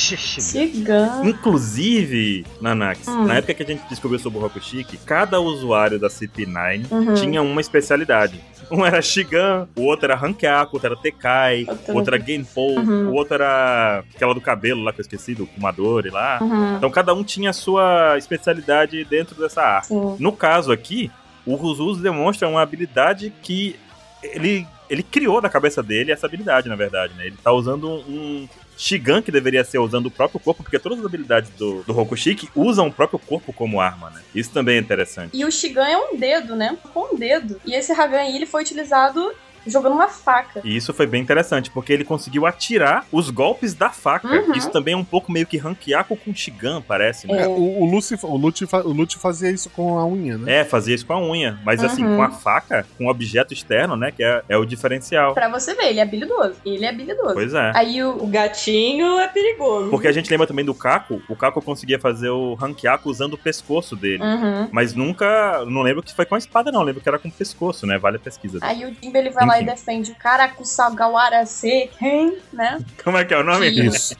D: Shigan.
B: inclusive, Nanax,
D: Hum.
B: na época que a gente descobriu sobre o Rokushiki, cada usuário da CP9
D: Uhum.
B: tinha uma especialidade. Um era Shigan, o outro era Rankiaku, o outro era Tekai,
D: Outro-
B: o outro era Genpou,
D: Uhum.
B: o outro era aquela do cabelo lá que eu esqueci, do Kumadori lá.
D: Uhum.
B: Então cada um tinha a sua especialidade dentro dessa arte.
D: Sim.
B: No caso aqui, o Ruzus demonstra uma habilidade que ele, ele criou da cabeça dele essa habilidade, na verdade, né? Ele tá usando um Shigan que deveria ser usando o próprio corpo, porque todas as habilidades do, do Rokushiki usam o próprio corpo como arma, né? Isso também é interessante.
D: E o Shigan é um dedo, né? Com um dedo. E esse Ragan aí, ele foi utilizado jogando uma faca.
B: E isso foi bem interessante, porque ele conseguiu atirar os golpes da faca.
D: Uhum.
B: Isso também é um pouco meio que ranqueaco com Shigan, parece, né?
C: É, o, o, Lucy, o, Lute, fa- o Lute fazia isso com a unha, né?
B: É, fazia isso com a unha, mas assim,
D: Uhum.
B: com a faca, com um objeto externo, né? Que é, é o diferencial.
D: Pra você ver, ele é habilidoso. Ele é habilidoso.
B: Pois é.
D: Aí o,
E: O gatinho é perigoso.
B: Porque a gente lembra também do Caco, o Caco conseguia fazer o ranqueaco usando o pescoço dele.
D: Uhum.
B: Mas nunca. Não lembro que foi com a espada, não. Lembro que era com o pescoço, né? Vale a pesquisa.
D: Aí o Jimbe ele vai lá e
B: Enfim.
D: defende o Karakusagawara Seiken, né?
B: Como é que é o nome?
D: Que-
C: Isso.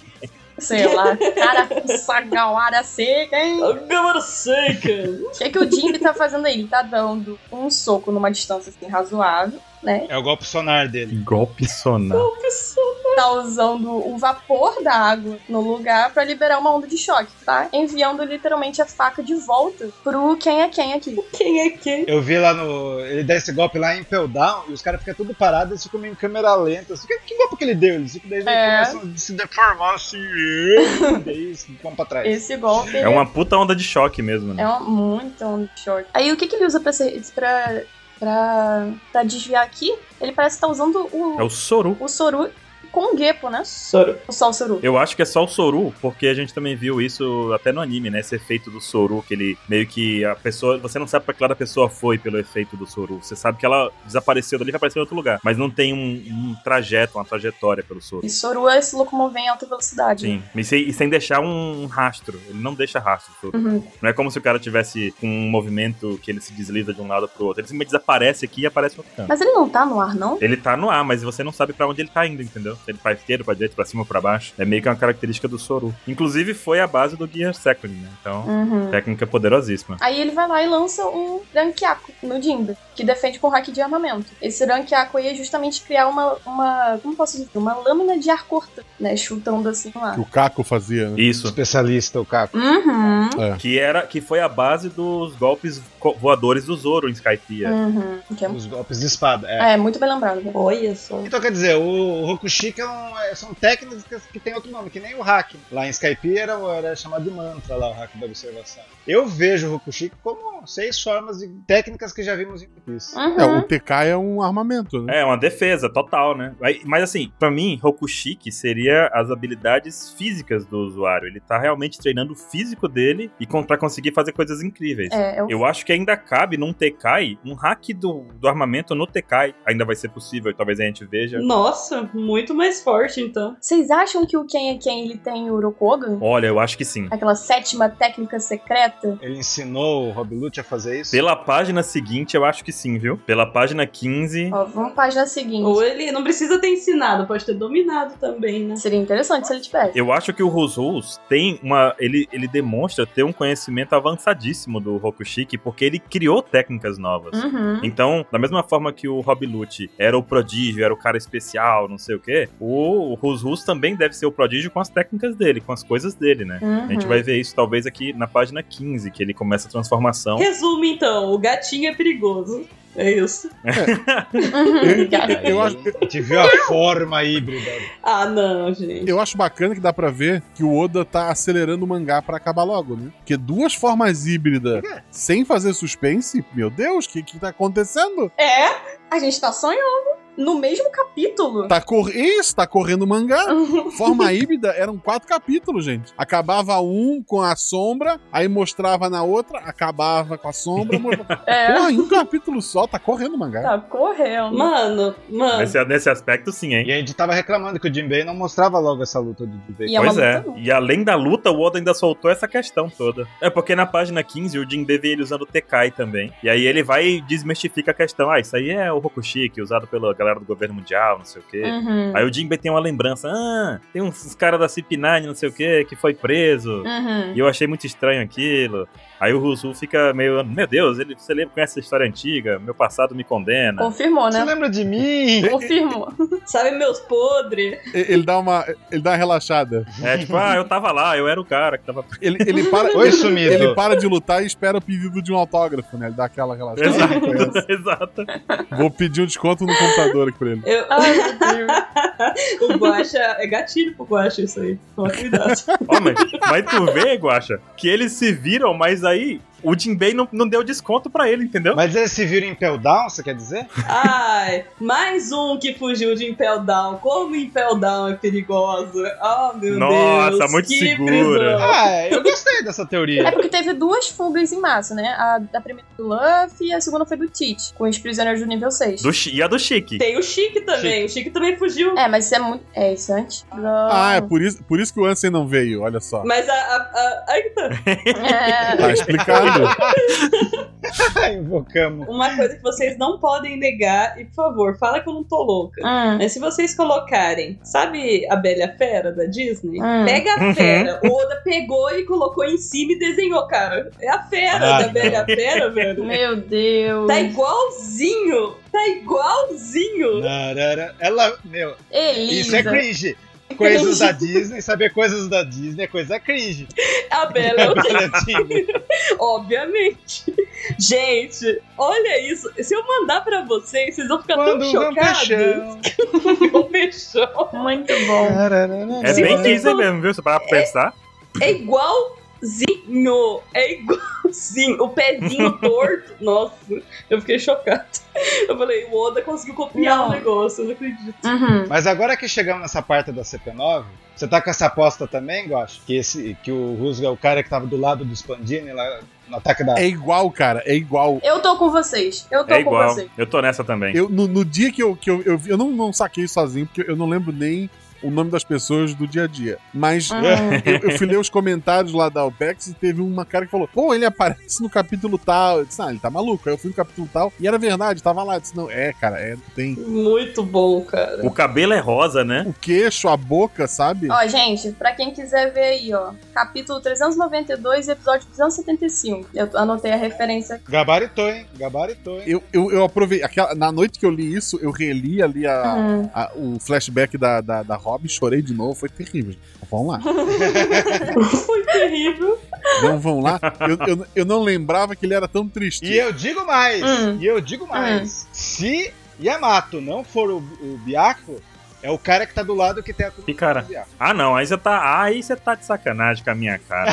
D: Sei lá, Karakusagawara Seiken.
E: Agora sei, cara.
D: é O que, que o Jimbe tá fazendo aí? Ele tá dando um soco numa distância assim, razoável, né?
A: É o golpe sonar dele.
B: Golpe sonar.
D: Tá usando o vapor da água no lugar pra liberar uma onda de choque, tá? Enviando literalmente a faca de volta pro quem é quem aqui.
E: Quem é quem?
A: Eu vi lá no. Ele dá esse golpe lá em Pell Down e os caras ficam tudo parados, eles ficam meio em câmera lenta. Assim, que, que golpe que ele deu? Eles ficam daí
D: É.
A: começam a se deformar assim. <laughs> daí eles vão pra trás.
D: Esse golpe
B: É uma puta onda de choque mesmo,
D: É
B: né?
D: uma, muito onda de choque. Aí o que, que ele usa pra, ser, pra, pra, pra desviar aqui? Ele parece que tá usando o,
B: É o Soru.
D: o Soru com o Gepo, né?
E: Soro.
D: O Sol Soru.
B: Eu acho que é só o Soru, porque a gente também viu isso até no anime, né? Esse efeito do Soru, que ele meio que a pessoa. Você não sabe pra que lado a pessoa foi pelo efeito do Soru. Você sabe que ela desapareceu dali e apareceu em outro lugar. Mas não tem um, um trajeto, uma trajetória pelo Soru.
D: E Soru é se locomover em alta velocidade.
B: Sim. E sem, e sem deixar um rastro. Ele não deixa rastro. Soru.
D: Uhum.
B: Não é como se o cara tivesse com um movimento que ele se desliza de um lado pro outro. Ele simplesmente desaparece aqui e aparece no outro canto.
D: Mas ele não tá no ar, não?
B: Ele tá no ar, mas você não sabe pra onde ele tá indo, entendeu? Se ele pra esquerda, pra direita, pra cima ou pra baixo. É meio que uma característica do Soru. Inclusive, foi a base do Gear Second, né? Então,
D: Uhum.
B: técnica poderosíssima.
D: Aí ele vai lá e lança um Rankiaku no Jinbe, que defende com hack de armamento. Esse Rankiaku aí é justamente criar uma, uma como posso dizer, uma lâmina de ar curta, né, chutando assim no ar.
C: Que o Caco fazia, né?
B: Isso.
A: Especialista, o Caco.
D: Uhum.
B: Que, era, que foi a base dos golpes co- voadores do Zoro em Skypiea.
D: Uhum. Que é-
A: Os golpes de espada. É.
D: É, muito bem lembrado. né?
E: Olha só.
A: Então quer dizer, o Rokushika é um- é- são técnicas que- que tem outro nome, que nem o hack. Lá em Skype era, era chamado de mantra lá, o hack da observação. Eu vejo o Rokushika como seis formas de técnicas que já vimos em One Piece.
D: Uhum.
C: É, o TK é um armamento, né?
B: É, uma defesa total, né? Aí- Mas assim, pra mim, Rokushiki seria as habilidades físicas do usuário. Ele tá realmente treinando o físico dele e com, pra conseguir fazer coisas incríveis.
D: É, é o
B: Eu acho que ainda cabe num Tekai, um hack do, do armamento no Tekai. Ainda vai ser possível, talvez a gente veja.
E: Nossa, muito mais forte então.
D: Vocês acham que o Ken é quem ele tem o Urokogan?
B: Olha, eu acho que sim.
D: Aquela sétima técnica secreta?
A: Ele ensinou o Rob Lute a fazer isso.
B: Pela página seguinte, eu acho que sim, viu? Pela página 15.
D: Ó, vamos pra página seguinte.
E: Ou ele não precisa ter ensinado, pode ter dominado também, né?
D: Seria interessante se ele tivesse.
B: Eu acho que o Rusus tem uma. Ele, ele demonstra ter um conhecimento avançadíssimo do Rokushiki, porque ele criou técnicas novas.
D: Uhum.
B: Então, da mesma forma que o Rob Lute era o prodígio, era o cara especial, não sei o quê, o Rus Rus também deve ser o prodígio com as técnicas dele, com as coisas dele, né? A gente
D: Uhum.
B: vai ver isso talvez aqui na página 15, que ele começa a transformação.
E: Resumo então, o gatinho é perigoso. É isso.
D: Uhum. Obrigada.
C: Eu acho-
A: A gente viu a forma híbrida.
E: Ah, não, gente.
C: Eu acho bacana que dá pra ver que o Oda tá acelerando o mangá pra acabar logo, né? Porque duas formas híbridas sem fazer suspense, meu Deus, o que, que tá acontecendo?
D: É, a gente tá sonhando no mesmo capítulo. <laughs>
C: Tá cor... Isso, tá correndo o
D: É.
C: mangá. Forma híbrida eram quatro capítulos, gente. Acabava um com a sombra, aí mostrava na outra, acabava com a sombra. Mostrava...
D: É,
C: Porra, em um capítulo só, tá correndo o mangá.
D: tá correndo.
E: Mano, mano.
B: Nesse, nesse aspecto, sim, hein?
A: E a gente tava reclamando que o Jinbei não mostrava logo essa luta do Jinbei.
D: E é uma
B: pois é.
D: luta nova.
B: E além da luta, o Oda ainda soltou essa questão toda. É porque na página 15 o Jinbe vê ele usando o Tekai também. E aí ele vai e desmistifica a questão. Ah, isso aí é o Rokushiki, usado pela galera do governo mundial, não sei o quê.
D: Uhum.
B: Aí o Jinbe tem uma lembrança. Ah, tem uns caras da CP9, não sei o quê, que foi preso.
D: Uhum.
B: E eu achei muito estranho aquilo. Aí o Ruzu fica meio. Meu Deus, ele, você lembra, conhece essa história antiga? Meu passado me condena.
D: Confirmou,
A: Você
D: né?
A: lembra de mim?
D: Confirmou.
E: Sabe meus podres?
C: E- Ele dá uma, ele dá uma relaxada.
B: É tipo, ah, eu tava lá, eu era o cara que tava.
C: Ele, ele para.
A: <laughs> Oi,
C: ele-
A: sumido.
C: Ele para de lutar e espera o pedido de um autógrafo, né? Ele dá aquela relaxada.
B: Exato, exato.
C: Vou pedir um desconto no computador aqui pra ele.
E: Eu...
D: Ai,
E: <laughs>
D: meu Deus.
E: o Guacha é gatilho pro Guacha isso aí. Toma cuidado.
B: Ó, mas, mas tu vê, Guacha, que eles se viram, mas aí o Jinbei não, não deu desconto pra ele, entendeu?
A: Mas eles se viram em Pell Down, você quer dizer?
E: Ai, mais um que fugiu de Impel Down. Como Impel Down é perigoso. Oh, meu
B: Nossa,
E: Deus.
B: muito
E: que
B: segura.
E: prisão.
A: Ah, eu gostei dessa
D: É <laughs>
A: teoria.
D: porque teve duas fugas em massa, né? A da primeira do Luffy e a segunda foi do Tite, com os prisioneiros do nível 6.
B: Do Chi- e a do Chique.
E: Tem o Chique também. O Chique também fugiu.
D: É, mas isso é muito. É, isso é antes.
C: Ah, é por isso, por isso que o Ansem não veio, olha só.
E: Mas a. a, a... Ai, que tá.
D: É.
C: Tá explicado. Caralho.
A: Ah, Invocamos.
E: Uma coisa que vocês não podem negar, e por favor, fala que eu não tô louca.
D: Hum.
E: Mas se vocês colocarem, sabe a Bela e a Fera da Disney?
D: Hum.
E: Pega
B: Uhum.
E: a fera. O Oda pegou e colocou em cima e desenhou, cara. É a fera
A: Ah,
E: da Bela e a Fera, velho.
D: Meu Deus.
E: Tá igualzinho! Tá igualzinho!
A: Narara. Ela, meu,
D: Elisa.
A: isso é cringe. Coisas da Disney, saber coisas da Disney é coisa <laughs> cringe.
E: A Bela <laughs> é o
A: Garantido.
E: Obviamente. Gente, olha isso. Se eu mandar pra vocês, vocês vão ficar
A: Quando um
E: tão
A: o
E: chocados.
A: Vampechão.
E: Vão fechar.
D: Muito
A: Tá
D: bom.
B: É
A: É
B: bem
E: Sim.
B: Disney mesmo, viu? Você parar pra pensar.
E: É igualzinho. É igualzinho.
A: <laughs>
E: O pezinho torto. Nossa, eu fiquei chocada. Eu falei, o Oda conseguiu copiar
D: Não.
E: o negócio, eu não acredito.
D: Uhum.
A: Mas agora que chegamos nessa parte da CP9, você tá com essa aposta também, Gosto? Que, esse, que o Rusga é o cara que tava do lado do Spandini lá no ataque da.
C: É igual, cara, é igual.
D: Eu tô com vocês. Eu tô
B: É
D: com
B: igual.
D: vocês.
B: Eu tô nessa também.
C: Eu, no, no dia que eu, que eu, eu, vi- eu não, não saquei sozinho, porque eu não lembro nem o nome das pessoas do dia a dia. Mas
B: É.
D: Hum.
C: eu, eu fui ler os comentários lá da OPEX e teve uma cara que falou: pô, ele aparece no capítulo tal. Eu disse: ah, ele tá maluco. Aí eu fui no capítulo tal e era verdade, tava lá. Eu disse: não, é, cara, é, tem.
E: Muito bom, cara.
B: O cabelo é rosa, né?
C: O queixo, a boca, sabe?
D: Ó, gente, pra quem quiser ver aí, ó, capítulo 392, episódio 275. Eu anotei a referência aqui.
A: <laughs> Gabaritou, hein? Gabaritou, hein?
C: Eu, eu, eu aprovei. Aquela, na noite que eu li isso, eu reli ali a,
D: Hum.
C: a- o flashback da, da, da Robin, chorei de novo, foi terrível. gente. Vamos lá.
E: Foi terrível.
C: Não vão lá. Eu, eu, eu não lembrava que ele era tão triste.
A: E eu digo mais!
D: Hum.
A: E eu digo mais! Se Yamato não for o, o Biaco, é o cara que tá do lado que tem a
B: E cara.
A: do Byakugo.
B: Ah, não. Aí você tá. Aí você tá de sacanagem com a minha cara.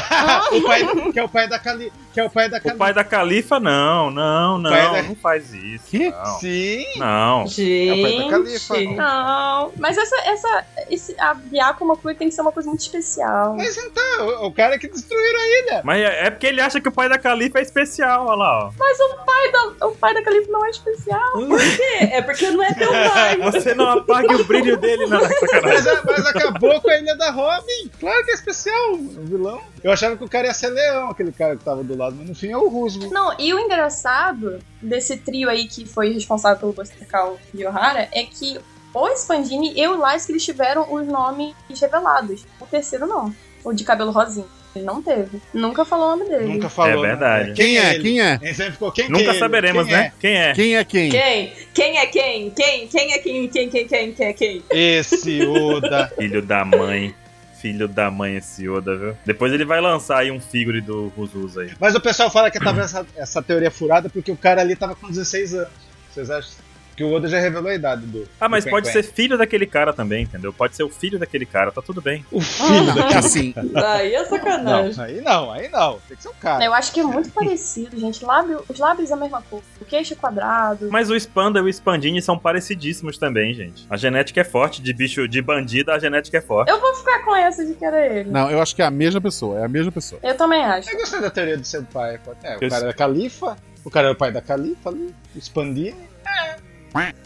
A: o pai, que é o pai da Cali. Que é o pai da Cali.
B: O pai da Califa, não, não, não.
A: pai da-
B: Não faz isso.
C: Que?
B: Não.
A: Sim!
B: Não.
A: É o pai da Califa.
E: Gente.
D: Não, mas essa, essa, esse, a Biaco uma coisa tem que ser uma coisa muito especial.
A: Mas então, o, o cara que destruíram aí.
B: Mas é é porque ele acha que o pai da Califa é especial, olha lá, ó.
D: Mas o pai da, o pai da Califa não é especial.
E: É, é porque não é teu
A: <laughs>
E: pai.
B: Você não apague o brilho dele na sacanagem.
A: Mas, a- mas acabou com a ilha da Robin. Claro que é especial, o vilão. Eu achava que o cara ia ser leão, aquele cara que tava do lado, mas no fim é o Rusgo.
D: Não, e o engraçado desse trio aí que foi responsável pelo Buster Call de Ohara é que o Spandini e o Lies que eles tiveram os nomes revelados. O terceiro não. O de cabelo rosinho. Ele não teve. Nunca falou o nome dele.
A: Nunca falou.
B: É verdade.
A: né?
C: Quem é?
A: ele?
C: Quem é?
A: Ele sempre ficou quem que é
B: Nunca
A: ele?
B: saberemos,
A: Quem
B: né? Quem é?
C: Quem é quem?
E: Quem? Quem é quem? Quem? Quem é quem? Quem, quem, quem, quem, é quem?
A: é? Esse Oda.
B: Filho da mãe. Filho da mãe esse Oda, viu? Depois ele vai lançar aí um figure do Rusus aí.
A: Mas o pessoal fala que tava essa, essa teoria furada porque o cara ali tava com 16 anos. Vocês acham que o Oda já revelou a idade do.
B: Ah, mas
A: do
B: pode
A: Quen Quen?
B: ser filho daquele cara também, entendeu? Pode ser o filho daquele cara, tá tudo bem.
A: O filho da.
C: Assim,
E: Aí é
A: Ah,
E: sacanagem.
A: Não, aí não, aí não. Tem que ser o cara.
D: Eu acho que é muito parecido, gente. Lábio, os lábios é a mesma cor. O queixo é quadrado.
B: Mas o Spanda e o Spandini são parecidíssimos também, gente. A genética é forte, de bicho, de bandida, a genética é forte.
D: Eu vou ficar com essa de que era ele.
C: não, eu acho que é a mesma pessoa, é a mesma pessoa.
D: Eu também acho.
A: Eu gostei da teoria do seu pai. É, o
B: Eu-
A: cara era califa, o cara era o pai da califa ali, o Spandini.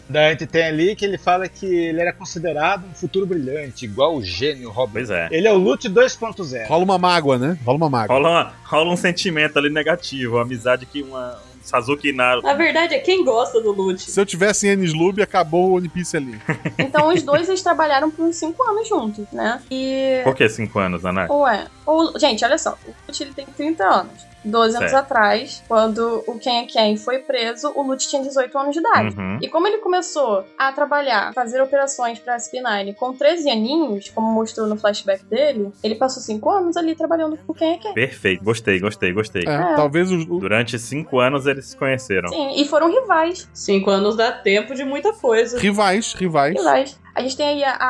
A: Daí a gente tem ali que ele fala que ele era considerado um futuro brilhante, igual o gênio Robin.
B: Pois é.
A: Ele é o Lute 2.0.
C: Rola uma mágoa, né? Rola uma mágoa.
B: Rola, uma- rola um sentimento ali negativo, uma amizade que uma um Sazuki Naru.
E: Na verdade, é quem gosta do Lute.
C: Se eu tivesse em Enislub, acabou o One Piece ali.
D: <laughs> Então os dois eles trabalharam por uns 5 anos juntos, né? E.
B: Por que cinco anos, Ana?
D: Ué, o- gente, olha só, o Lute ele tem 30 anos. 12 anos
B: Certo.
D: atrás, quando o Ken Ken foi preso, o Lute tinha 18 anos de idade.
B: Uhum.
D: E como ele começou a trabalhar, fazer operações pra SP9 com 13 aninhos, como mostrou no flashback dele, ele passou 5 anos ali trabalhando com é o Ken Ken.
B: Perfeito, gostei, gostei, gostei.
C: É, Talvez os. o-
B: Durante cinco anos eles se conheceram.
D: Sim, e foram rivais.
E: Cinco anos dá tempo de muita coisa.
C: Rivais, rivais.
D: Rivais. A gente tem aí a, a,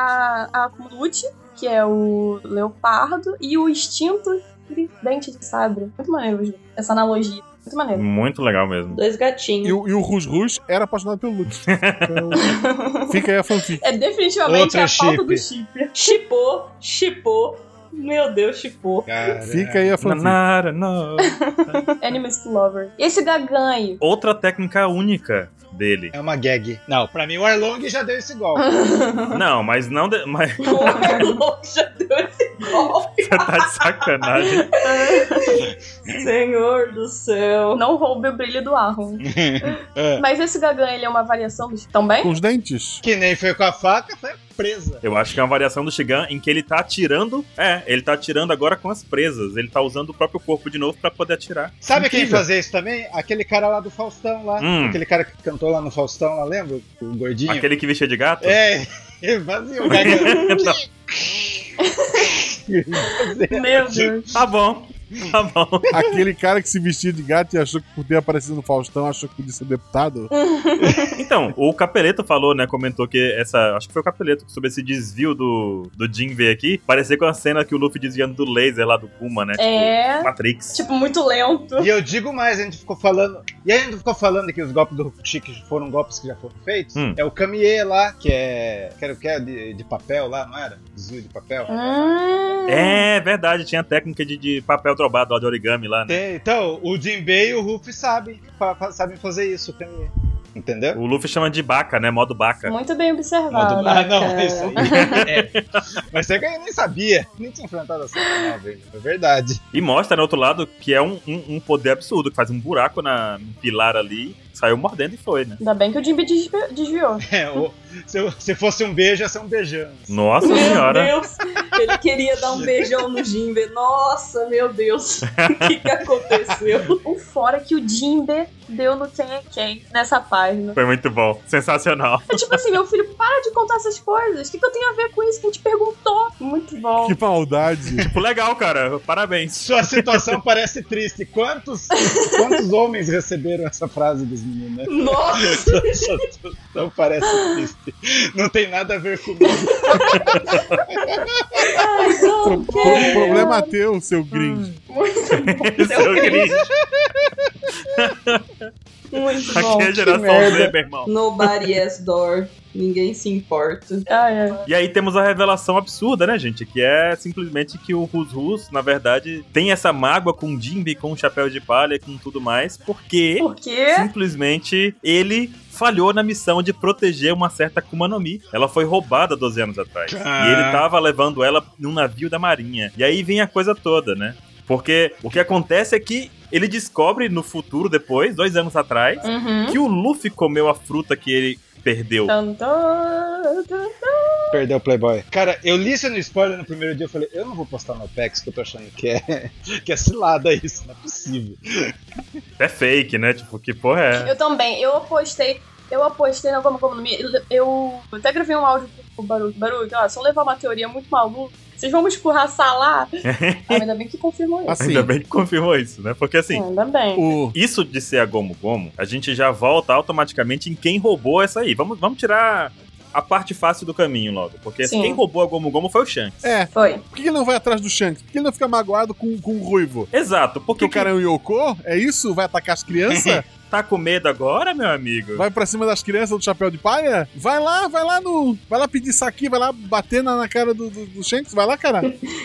D: a Lute, que é o leopardo, e o extinto de- dente de sabre. Muito maneiro, Ju. essa analogia. Muito maneiro.
B: Muito legal mesmo.
E: Dois
C: E
E: gatinhos.
C: o, e o Rus Rus era apaixonado pelo Lute. Então, fica aí a fanfic.
D: É definitivamente
A: Outro
D: a falta
A: chip.
D: do chip. <laughs>
E: Chipou, chipou. Meu Deus,
A: <laughs>
E: chipou.
A: Cara,
C: Fica aí a
A: É
C: fanfic.
B: Nanara, no.
D: Animus Lover. Esse gaganho.
B: Outra técnica única. dele.
A: É uma gag. Não, pra mim o Arlong já deu esse golpe.
B: Não, mas não. de- Mas <laughs>
E: O Arlong já deu esse golpe.
B: você tá de sacanagem.
E: Senhor do céu.
D: Não roube o brilho do Arron.
A: É.
D: Mas esse Gagan, ele é uma variação do também?
C: Com os dentes.
A: Que nem foi com a faca, foi presa.
B: Eu acho que é uma variação do Shigan em que ele tá atirando. É, ele tá atirando agora com as presas. Ele tá usando o próprio corpo de novo pra poder atirar.
A: Sabe quem
C: Incrível.
A: fazia isso também? Aquele cara lá do Faustão lá.
B: Hum.
A: Aquele cara que cantou lá no Faustão lá, lembra? O gordinho.
B: Aquele que vestia de gato?
A: É, <laughs> ele
B: <laughs>
A: fazia o gag.
D: Meu Deus.
B: Tá bom. Tá bom.
C: Aquele cara que se vestia de gato e achou que por ter aparecido no Faustão, achou que podia ser deputado.
B: Então, o Capeleto falou, né? Comentou que essa. Acho que foi o Capeleto sobre esse desvio do, do Jin ver aqui. Parecia com a cena que o Luffy desviando do laser lá do Kuma, né?
D: É.
B: Tipo, Matrix.
D: Tipo, muito lento.
A: E eu digo mais, a gente ficou falando. E a gente ficou falando que os golpes do Chique foram golpes que já foram feitos.
B: Hum.
A: É o Kamiê lá, que é. Quero que é de, de papel lá, não era? Desvio de papel.
D: Hum.
B: É verdade, tinha técnica de, de papel trobado lá de origami lá, né?
A: Tem- Então, o Jinbei e o Ruffy sabem, fa- fa- sabem fazer isso, o Kamiê. Entendeu?
B: O Luffy chama de baca, né? Modo baca.
D: Muito bem
A: Modo-
D: observado.
A: Ah, não,
D: cara.
A: isso aí. <laughs> É. Mas você ganha, nem sabia. Nem tinha enfrentado essa final, velho. É verdade. <laughs>
B: E mostra, no outro lado, que é um, um, um poder absurdo, que faz um buraco na, no pilar ali, saiu mordendo e foi, né?
D: Ainda bem que o Jimby desvi- desviou.
A: É, o- se, eu- se fosse um beijo, ia ser um beijão.
B: Nossa
E: Meu
B: senhora!
E: Deus, ele queria dar um beijão no Jimbe. Nossa, meu Deus, <laughs> o que, que aconteceu?
D: O fora que o Jimbe deu no quem é quem nessa página.
B: Foi muito bom, sensacional.
D: É tipo assim, meu filho, para de contar essas coisas. O que, que eu tenho a ver com isso? Quem te perguntou? Muito bom.
C: Que maldade.
B: Tipo, legal, cara, parabéns.
A: Sua situação parece triste. Quantos, quantos homens receberam essa frase dos meninos? <laughs> né?
E: Nossa,
A: Sua situação parece triste. Não tem nada a ver comigo.
E: não,
C: Pro- pro- problema é teu, seu gringo.
B: Seu Grinch,
E: muito bom.
B: aqui é geração
A: merda.
B: Z, meu irmão.
E: Nobody has door, ninguém se importa.
D: Ai, ai.
B: E aí temos a revelação absurda, né, gente? Que é simplesmente que o Rus Rus, na verdade, tem essa mágoa com o Jimby, com o chapéu de palha e com tudo mais, porque
D: Por quê?
B: simplesmente ele falhou na missão de proteger uma certa Kuma no Mi. Ela foi roubada 12 anos atrás.
A: Ah.
B: E ele tá- tava levando ela num navio da marinha. E aí vem a coisa toda, né? Porque o que acontece é que ele descobre no futuro, depois, dois anos atrás,
D: Uhum. Então-
B: que o Luffy comeu a fruta que ele perdeu.
D: Tan, tan, tan.
A: Ah, Perdeu o Playboy. Cara, eu li isso no spoiler no primeiro dia. Eu falei, eu não vou postar no Apex, que eu tô achando que é, que é cilada isso. Não é possível.
B: É fake, né? Tipo, que porra é?
D: Eu também, eu apostei. Eu apostei na Como Como no Mi. Eu- Eu até gravei um áudio pro Baruque. Baruque, ó, se eu levar uma teoria muito maluca, vocês vão me escorraçar lá? ah, ainda bem que confirmou isso.
C: Assim,
B: Ainda bem que confirmou isso, né? Porque assim,
D: Ainda bem.
C: o,
B: isso de ser a Gomu Gomu, a gente já volta automaticamente em quem roubou essa aí. Vamos, vamos tirar a parte fácil do caminho logo. Porque
D: Sim.
B: quem roubou a Gomu Gomu foi o Shanks.
C: é,
D: Foi.
C: por que ele não vai atrás do Shanks? Por que ele não fica magoado com, com o Ruivo?
B: Exato. Porque
C: Porque o cara é um Yoko? É isso? Vai atacar as crianças?
B: tá com medo agora, meu amigo?
C: Vai pra cima das crianças do chapéu de palha? Vai lá, vai lá no. Vai lá pedir isso aqui, vai lá bater na, na cara do, do, do Shanks, vai lá, cara.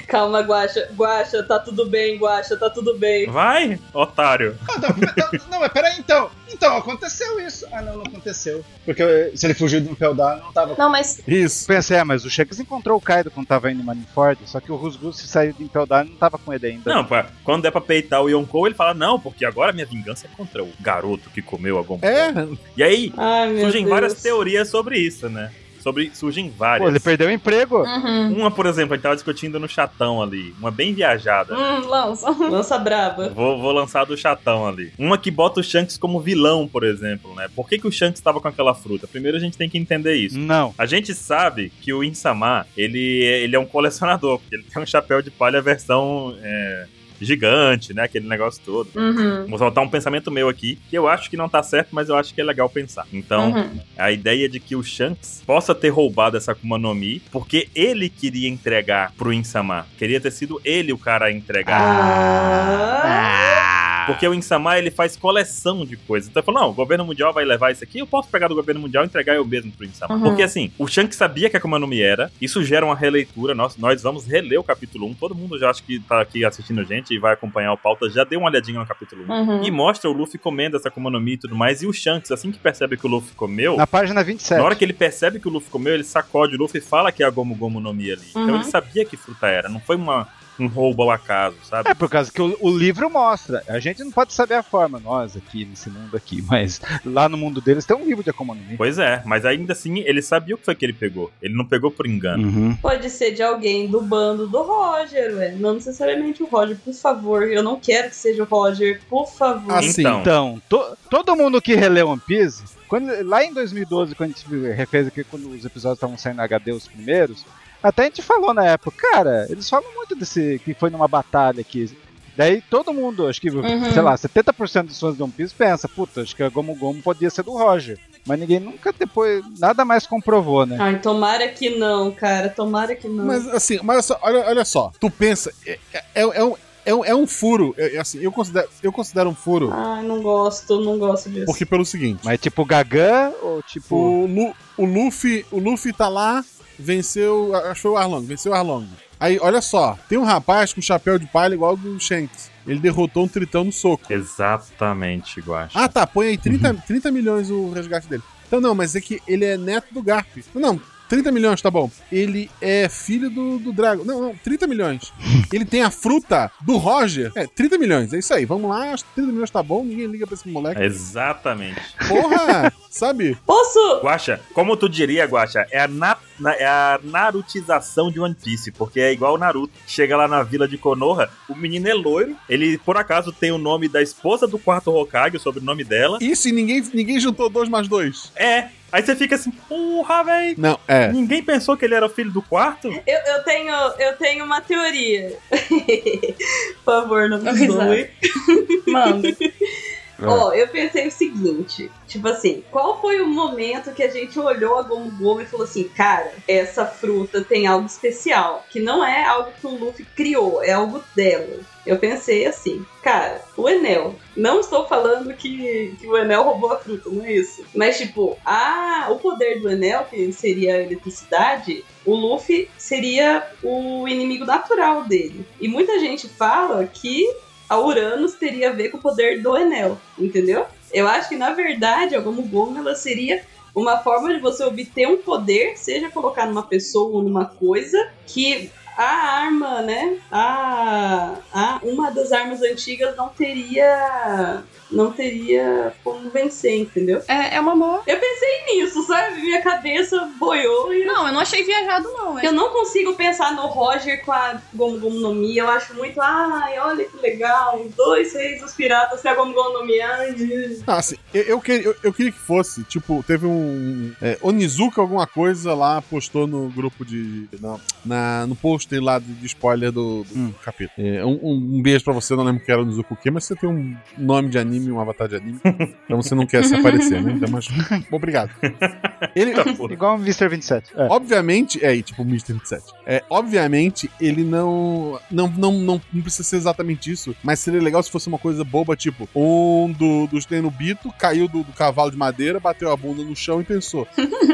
E: Calma, Guaxa, Guaxa, tá tudo bem, Guaxa, tá tudo bem.
B: Vai, otário.
A: Ah, não, mas- não, não, mas peraí, então. Então, aconteceu isso. Ah, não, não aconteceu. Porque eh, se ele fugiu do Impel Down, não tava
D: Não, mas
C: Isso.
A: Pensei, ah, mas o Shanks encontrou o Kaido quando tava indo em Marineford, só que o Rusgus se saiu de Impel Down e não tava com ele ainda.
B: Não, pá, quando der pra peitar o Yonkou, ele fala, não, porque agora minha vingança é contra o garoto que comeu a Gomu
C: É,
B: Gomu. E aí,
E: Ai, meu
B: surgem
E: Deus.
B: várias teorias sobre isso, né? Sobre, surgem várias.
A: Pô, ele perdeu o emprego.
D: Uhum.
B: Uma, por exemplo, a gente tava discutindo no chatão ali. Uma bem viajada.
D: Hum, lança.
E: Lança braba.
B: Vou, vou lançar do chatão ali. Uma que bota o Shanks como vilão, por exemplo, né? Por que, que o Shanks estava com aquela fruta? Primeiro a gente tem que entender isso.
A: Não.
B: A gente sabe que o Insama, ele, é- ele é um colecionador, porque ele tem um chapéu de palha versão é, gigante, né? Aquele negócio todo.
D: Uhum.
B: Vou soltar um pensamento meu aqui, que eu acho que não tá certo, mas eu acho que é legal pensar. Então,
D: Uhum.
B: a ideia de que o Shanks possa ter roubado essa Akuma no Mi, porque ele queria entregar pro Insama. Queria ter sido ele o cara a entregar.
E: Ah.
B: Porque o Insama ele faz coleção de coisas. Então ele falou: não, o governo mundial vai levar isso aqui, eu posso pegar do governo mundial e entregar eu mesmo pro Insama.
D: Uhum.
B: Porque assim, o Shanks sabia que a Akuma no Mi era, isso gera uma releitura. Nós, nós vamos reler o capítulo 1. Todo mundo já acho que tá aqui assistindo a gente e vai acompanhar o pauta, já deu uma olhadinha no capítulo 1.
D: Uhum.
B: E mostra o Luffy comendo essa Akuma no Mi e tudo mais. E o Shanks, assim que percebe que o Luffy comeu,
A: Na página 27.
B: na hora que ele percebe que o Luffy comeu, ele sacode o Luffy e fala que é a Gomu Gomu no Mi ali. Então
D: Uhum.
B: ele sabia que fruta era, não foi uma, um roubo ao acaso, sabe? <laughs>
A: É por causa que o, o livro mostra. A gente não pode saber a forma, nós aqui nesse mundo aqui, mas lá no mundo deles tem um livro de Akuma no Mi.
B: Pois é, mas ainda assim ele sabia o que foi que ele pegou. Ele não pegou por engano.
A: Uhum.
E: Pode ser de alguém do bando do Roger, ué. Não necessariamente o Roger, por favor. Eu não quero que seja o Roger, por favor.
C: Assim.
B: Então,
A: Então, to- todo mundo que releu One Piece, quando, lá em 2012, quando a gente refez aqui, quando os episódios estavam saindo na HD, os primeiros, até a gente falou na época, cara, eles falam muito desse que foi numa batalha que. Daí todo mundo, acho que,
D: Uhum.
A: sei lá, 70% dos fãs de One Piece pensa, puta, acho que a Gomu Gomu podia ser do Roger. Mas ninguém nunca depois, nada mais comprovou, né?
E: Ai, tomara que não, cara. Tomara que não.
C: Mas assim, mas olha só, olha, olha só, tu pensa, é, é, é um, é, um, é um furo, é, é assim, eu considero, eu considero um furo,
E: Ai, não gosto, não gosto disso.
C: porque pelo seguinte,
A: Mas tipo Gagan ou tipo.
C: o, Lu- o Luffy, o Luffy tá lá, venceu, acho que foi o Arlong, venceu o Arlong. Aí, olha só, tem um rapaz com chapéu de palha igual ao do Shanks. Ele derrotou um tritão no soco.
B: exatamente, Guaxa.
C: Ah, tá, põe aí 30, 30 milhões o resgate dele. Então, não, mas é que ele é neto do Garp. Não, 30 milhões, tá bom. Ele é filho do, do Drago. Não, não, 30 milhões. Ele tem a fruta do Roger. É, 30 milhões, é isso aí. Vamos lá, acho que 30 milhões tá bom, ninguém liga pra esse moleque.
B: Ah, Exatamente.
C: Porra! sabe?
E: Posso?
B: Guaxa, como tu diria, Guaxa, é a, na, na- é a narutização de One Piece, porque é igual o Naruto. Chega lá na vila de Konoha, o menino é loiro, ele por acaso tem o nome da esposa do quarto Hokage, o sobrenome dela.
C: Isso e ninguém, ninguém juntou dois mais dois.
B: É, aí você fica assim, porra, véi.
C: Não, é.
B: Ninguém pensou que ele era o filho do quarto?
E: Eu, eu tenho, eu tenho uma teoria. <laughs> Por favor, não me
D: Exato.
E: zoe.
D: Manda.
E: Ó, eu pensei o seguinte, tipo assim, qual foi o momento que a gente olhou a Gomu Gomu e falou assim, cara, essa fruta tem algo especial, que não é algo que o Luffy criou, é algo dela. Eu pensei assim, cara, o Enel. Não estou falando que, que o Enel roubou a fruta, não é isso. Mas, tipo, ah, o poder do Enel, que seria a eletricidade, o Luffy seria o inimigo natural dele. E muita gente fala que a Uranus teria a ver com o poder do Enel, entendeu? Eu acho que na verdade a Gomu Gomu ela seria uma forma de você obter um poder, seja colocar numa pessoa ou numa coisa, que a arma, né? A, a uma das armas antigas não teria não teria como vencer, entendeu?
D: É, é uma boa.
E: Eu pensei nisso, sabe? Minha cabeça boiou e
D: Não, eu não achei viajado, não. É
E: eu não consigo pensar no Roger com a Gomu Gomu no Mi. Eu acho muito, ai, olha que legal. Os dois reis dos piratas tem a Gomu Gomu no Mi. Ai, de-
C: Ah, assim, eu, eu, queria, eu, eu queria que fosse, tipo, teve um. É, Onizuka alguma coisa lá postou no grupo de. Não, na, no post lá de, de spoiler do, do
A: Hum.
C: capítulo. É, um, um- um beijo pra você, não lembro que era Onizuka o quê, mas você tem um nome de anime, um avatar de anime. <laughs> então você não quer se aparecer, né? Então, mas. Obrigado. Ele,
B: Eita, porra.
A: Igual o Mr. 27. É.
C: Obviamente, é, e tipo o Mr. 27. É, obviamente, ele não não, não não não precisa ser exatamente isso, mas seria legal se fosse uma coisa boba, tipo, um do, dos Tenubito caiu do, do cavalo de madeira, bateu a bunda no chão e pensou: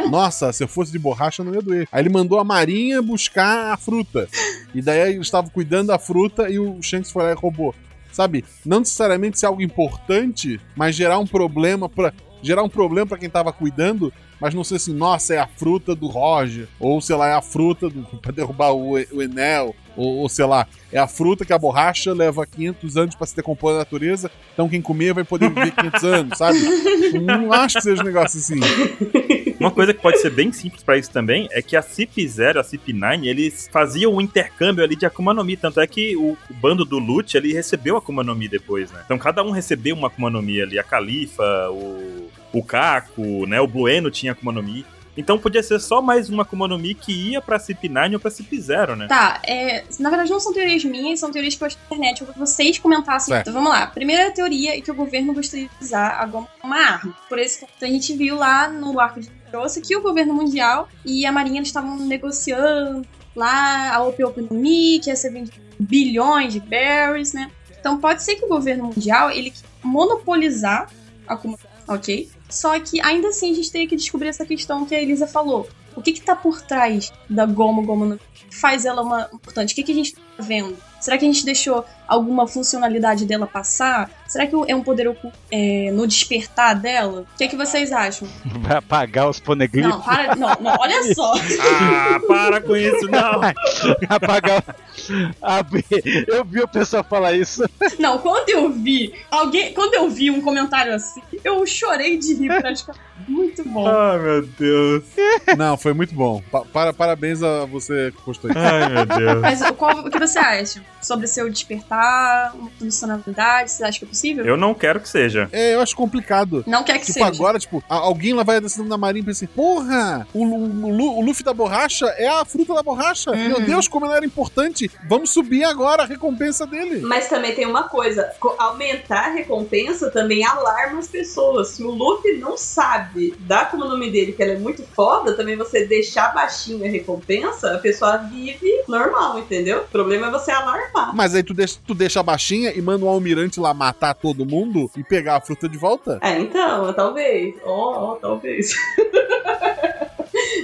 C: Nossa, se eu fosse de borracha não ia doer. Aí ele mandou a marinha buscar a fruta. E daí eles estavam cuidando da fruta e o Shanks foi lá e roubou. Sabe? Não necessariamente ser algo importante, mas gerar um problema pra. Gerar um problema pra quem tava cuidando mas não sei assim, nossa, é a fruta do Roger, ou sei lá, é a fruta do, pra derrubar o, E- o Enel, ou, ou, sei lá, é a fruta que a borracha leva 500 anos pra se decompor na natureza, então quem comer vai poder viver
D: <laughs>
C: 500 anos, sabe? Não acho que seja um negócio assim.
B: Uma coisa que pode ser bem simples pra isso também é que a CIP0, a CIP9, eles faziam um intercâmbio ali de Akuma no Mi. Tanto é que o, o bando do Lute ele recebeu Akuma no Mi depois, né? Então cada um recebeu uma Akuma no Mi ali. A Califa, o, o Kaku, né? O Blueno tinha Akuma no Mi. Então podia ser só mais uma Akuma no Mi que ia pra CIP9 ou pra CIP0, né?
D: Tá, é, na verdade não são teorias minhas, são teorias que eu achei na internet. Eu gostaria que vocês comentassem.
C: Certo.
D: Então vamos lá. Primeira teoria é que o governo gostaria de usar a goma como uma arma. Por isso que a gente viu lá no arco de Trouxe que o governo mundial e a marinha eles estavam negociando lá a OP Open Mi, que ia ser vendido bilhões de berries, né? Então pode ser que o governo mundial ele monopolizar a comunicação, ok? Só que ainda assim a gente tem que descobrir essa questão que a Elisa falou. O que que tá por trás da Gomo Gomo no que faz ela uma importante? O que que a gente tá vendo? Será que a gente deixou alguma funcionalidade dela passar? Será que é um poder oculto é, no despertar dela? O que que vocês acham?
A: Vai apagar os poneglifos.
D: Não, para, não, não, olha só.
B: Ah, para com isso, não.
A: <laughs> apagar. Ab- Eu vi o pessoal falar isso.
D: Não, quando eu vi alguém, quando eu vi um comentário assim, eu chorei de rir praticamente. Muito
B: <laughs>
D: bom.
B: Ai, meu Deus.
C: Não, foi muito bom. Pa- para, parabéns a você que postou isso.
B: Ai, meu Deus.
D: Mas o qual- o que você acha sobre seu despertar, uma funcionalidade? Você acha que é possível?
B: Eu não quero que seja.
C: É, eu acho complicado.
D: Não quer É que
C: Tipo,
D: seja.
C: agora, tipo, a- alguém lá vai descendo na marinha e pensa assim, porra, o, Lu- o Lu- o Luffy da borracha é a fruta da borracha.
D: Uhum.
C: Meu Deus, como ela era importante. Vamos subir agora a recompensa dele.
E: Mas também tem uma coisa, co- aumentar a recompensa também alarma as pessoas. Se o Luffy não sabe dar como nome dele, que ela é muito foda, também você deixar baixinho a recompensa, a pessoa vive normal, entendeu? O problema é você alarmar.
C: Mas aí tu deixa, tu deixa a baixinha e manda o almirante lá matar todo mundo e pegar a fruta de volta?
E: É, então, talvez. Ó, ó, talvez. <laughs>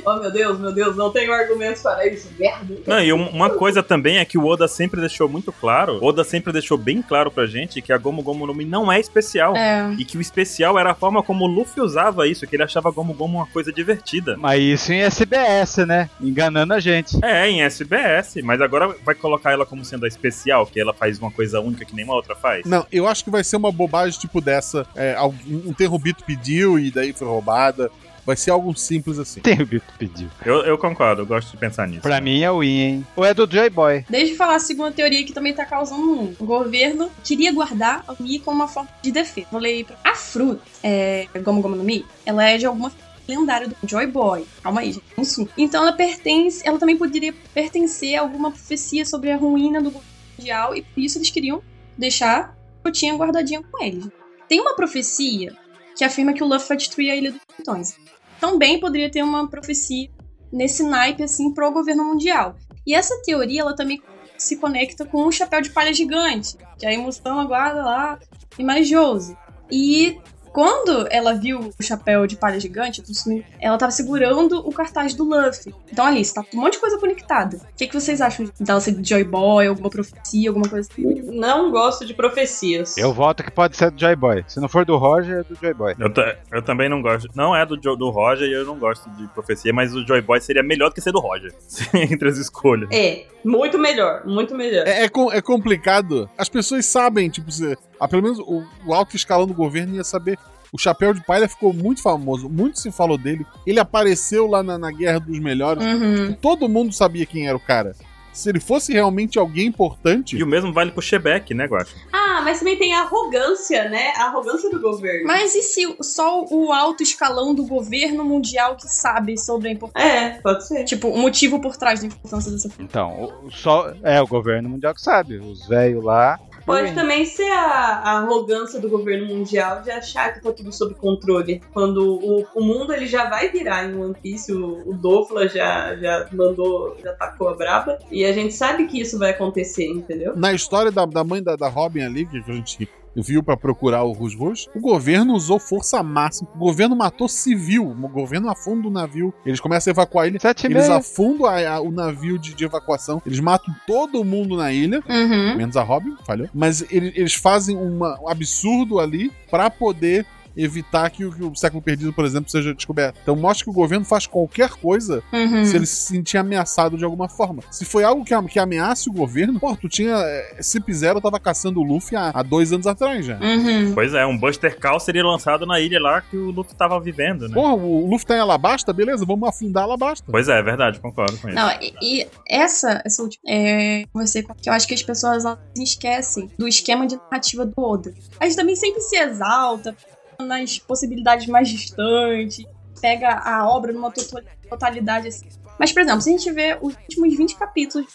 E: oh, meu Deus, meu Deus, não tenho argumentos para isso, merda.
B: Não, e um- uma coisa também é que o Oda sempre deixou muito claro, Oda sempre deixou bem claro pra gente que a Gomu Gomu no Mi não é especial.
D: É.
B: E que o especial era a forma como o Luffy usava isso, que ele achava a Gomu Gomu uma coisa divertida.
A: Mas isso em SBS, né? Enganando a gente.
B: É, em SBS, mas agora vai colocar ela como sendo a especial, que ela faz uma coisa única que nenhuma outra faz.
C: Não, eu acho que vai ser uma bobagem tipo dessa. É, alguém- um terrubito pediu e daí foi roubada. Vai ser algo simples assim.
A: Tem o Bito pediu.
B: Eu, eu concordo, eu gosto de pensar nisso.
A: Pra mim é o Win, hein? Ou é do Joy Boy?
D: Deixa eu falar a segunda teoria que também tá causando um. O governo queria guardar a Mi como uma forma de defesa. Vou ler aí pra... A fruta, é, Gomu Gomu no Mi, ela é de alguma lendária do Joy Boy. Calma aí, gente. Um suco. Então ela pertence... Ela também poderia pertencer a alguma profecia sobre a ruína do governo mundial e por isso eles queriam deixar a frutinha guardadinha com eles. Tem uma profecia que afirma que o Luffy vai destruir a Ilha dos Tritões. Também poderia ter uma profecia nesse naipe, assim, pro governo mundial. E essa teoria, ela também se conecta com o chapéu de palha gigante, que a emoção aguarda lá e mais Jose. E quando ela viu o chapéu de palha gigante, eu tô sumindo, ela tava segurando o cartaz do Luffy. Então ali, está um monte de coisa conectada. O que, que vocês acham dela ser de Joy Boy, alguma profecia, alguma coisa assim?
E: Não gosto de profecias.
A: Eu voto que pode ser do Joy Boy. Se não for do Roger, é do Joy Boy.
B: Eu, ta- eu também não gosto. Não é do, Jo- do Roger e eu não gosto de profecia, mas o Joy Boy seria melhor do que ser do Roger. <laughs> Entre as escolhas.
E: É, muito melhor, muito melhor.
C: É, é, com- é complicado. As pessoas sabem, tipo, se- ah, pelo menos o, o alto escalão do governo ia saber. O Chapéu de Palha ficou muito famoso, muito se falou dele. Ele apareceu lá na, na Guerra dos Melhores.
D: Uhum.
C: Todo mundo sabia quem era o cara. Se ele fosse realmente alguém importante.
B: E o mesmo vale pro Shebeck, né, Guacha?
E: Ah, mas também tem a arrogância, né? A arrogância do governo.
D: Mas e se só o alto escalão do governo mundial que sabe sobre a importância?
E: É, pode ser.
D: Tipo, o motivo por trás da importância dessa
A: Então, o- só é o governo mundial que sabe. Os velhos lá.
E: Pode
A: Win.
E: também ser a, a arrogância do governo mundial de achar que tá tudo sob controle. Quando o, o mundo ele já vai virar em One Piece, o, o Dofla já, já mandou, já tacou a braba. E a gente sabe que isso vai acontecer, entendeu?
C: Na história da, da mãe da, da Robin ali, que a gente viu pra procurar o Rus Rus, o governo usou força máxima. O governo matou civil. O governo afunda o navio. Eles começam a evacuar a ilha.
A: Sete e
C: Eles
A: meia.
C: afundam a- a- o navio de, de evacuação. Eles matam todo mundo na ilha.
D: Uhum.
C: Menos a Robin, falhou. Mas ele- eles fazem uma- um absurdo ali pra poder evitar que o, que o século perdido, por exemplo, seja descoberto. Então mostra que o governo faz qualquer coisa
D: Uhum.
C: se ele se sentir ameaçado de alguma forma. Se foi algo que, a- que ameace o governo, pô, tu tinha. eh, Cip Zero tava caçando o Luffy há, há dois anos atrás já.
D: Uhum.
B: Pois é, um Buster Call seria lançado na ilha lá que o Luffy tava vivendo, né?
C: Porra, o Luffy tá em Alabasta, beleza, vamos afundar Alabasta.
B: Pois é, é verdade, concordo com isso.
D: Não, e, e essa, essa última, é, você, que eu acho que as pessoas elas se esquecem do esquema de narrativa do Oda. A gente também sempre se exalta nas possibilidades mais distantes, pega a obra numa to- totalidade assim. Mas, por exemplo, se a gente ver os últimos 20 capítulos,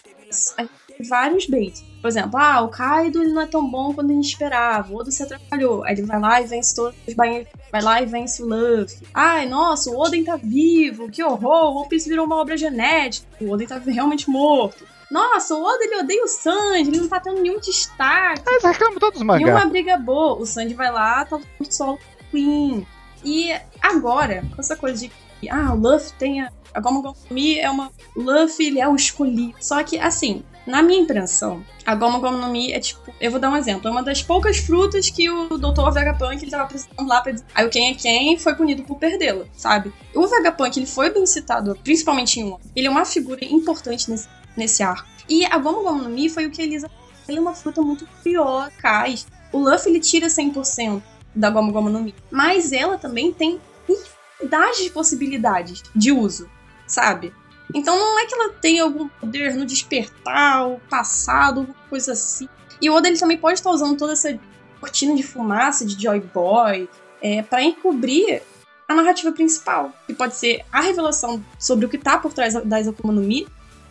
D: a gente tem vários baits. Por exemplo, ah, o Kaido ele não é tão bom quanto a gente esperava, o Oda se atrapalhou. Aí ele vai lá e vence todos os bainheiros, vai lá e vence o Luffy. Ai, nossa, o Oden tá vivo, que horror, o One Piece virou uma obra genética, o Oden tá realmente morto. Nossa, o Oda ele odeia o Sanji, ele não tá tendo nenhum destaque.
A: Mas reclamam todos os
D: E uma
A: mangá.
D: briga boa. O Sandy vai lá, tá o solo Queen. E agora, com essa coisa de que, ah, o Luffy tem a. A Goma Goma Mi é uma. O Luffy, ele é o escolhido. Só que, assim, na minha impressão, a Goma Goma no Mi é tipo. Eu vou dar um exemplo. É uma das poucas frutas que o Dr. Vegapunk ele tava precisando lá pra. Aí o quem é quem foi punido por perdê-la, sabe? O Vegapunk, ele foi bem citado, principalmente em um. Ele é uma figura importante nesse, nesse arco. E a Goma Goma no Mi foi o que a Elisa. Ele é uma fruta muito eficaz. O Luffy ele tira 100% da Goma Goma no Mi, mas ela também tem infinidade de possibilidades de uso, sabe? Então não é que ela tem algum poder no despertar, o passado, alguma coisa assim. E o Oda ele também pode estar usando toda essa cortina de fumaça de Joy Boy é, para encobrir a narrativa principal, que pode ser a revelação sobre o que tá por trás das Akuma no Mi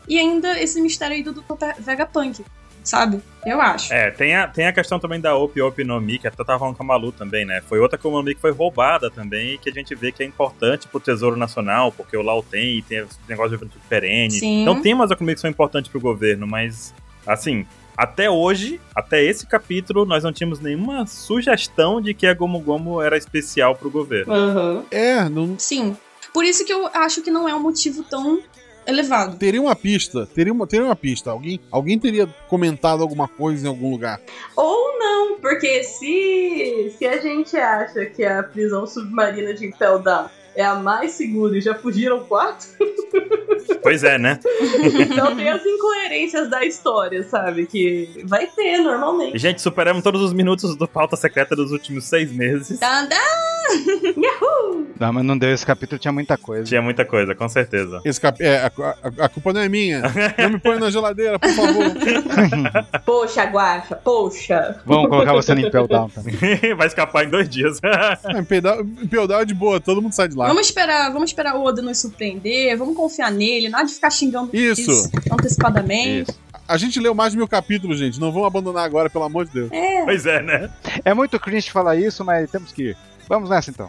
D: e ainda esse mistério aí do Dr. Vegapunk, sabe? Eu acho.
B: É, tem a, tem a questão também da Op Op no Mi, que até tava falando com a Malu também, né? Foi outra Akuma no Mi que foi roubada também, e que a gente vê que é importante pro Tesouro Nacional, porque o Lau tem, e tem esse negócio de juventude perene.
D: Sim.
B: Então tem umas Akuma no Mi que são importantes pro governo, mas, assim, até hoje, até esse capítulo, nós não tínhamos nenhuma sugestão de que a Gomu Gomu era especial pro governo.
E: Aham.
C: É, não
D: Sim. Por isso que eu acho que não é um motivo tão elevado.
C: teria uma pista, teria uma, teria uma pista. Alguém, alguém teria comentado alguma coisa em algum lugar.
E: Ou não, porque se, se a gente acha que a prisão submarina de Impel Down é a mais segura e já fugiram quatro, <laughs>
B: pois é, né?
E: então tem as incoerências da história, sabe? Que vai ter normalmente.
B: Gente, superamos todos os minutos do Pauta Secreta dos últimos seis meses.
D: Tadá!
A: Não, mas não deu. Esse capítulo tinha muita coisa.
B: Tinha muita coisa, com certeza. <laughs>
C: Esse cap... é, a, a- a culpa não é minha. Não me põe na geladeira, por favor.
E: Poxa, Guacha, poxa.
A: Vamos colocar você no Impel Down também.
B: Vai escapar em dois dias. <laughs>
C: É, Impedal Impedal é de boa, todo mundo sai de lá.
D: Vamos esperar, vamos esperar o Oda nos surpreender, vamos confiar nele, nada de ficar xingando
C: Isso.
D: antecipadamente.
A: Isso.
C: A gente leu mais de mil capítulos, gente. Não vamos abandonar agora, pelo amor de Deus.
D: É.
B: pois é, né?
A: É muito cringe falar isso, mas temos que ir. Vamos nessa então.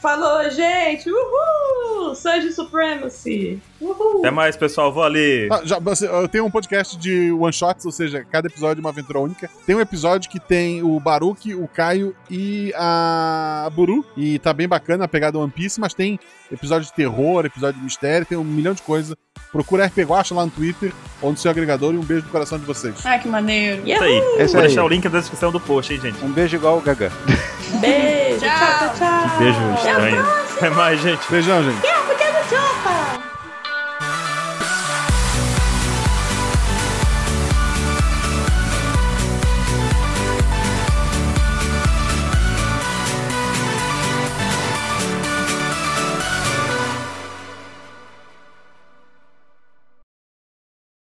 E: Falou, gente! Uhul! Sanji Supremacy! Uhul!
B: Até mais, pessoal. Vou ali.
C: Ah, já- você- eu tenho um podcast de one-shots, ou seja, cada episódio é uma aventura única. Tem um episódio que tem o Baruque, o Caio e a Buru. E tá bem bacana a pegada One Piece, mas tem episódio de terror, episódio de mistério, tem um milhão de coisa. Procura RP Guacha lá no Twitter ou no seu agregador e um beijo no coração de vocês.
D: Ai, que maneiro.
B: Isso aí.
A: É isso
B: Vou deixar o
A: aí.
B: link na descrição do post, hein, gente.
A: Um beijo igual o Gagan.
E: Beijo! Tchau, tchau, tchau!
B: Beijo estranho. Até mais, gente.
C: Beijão, gente.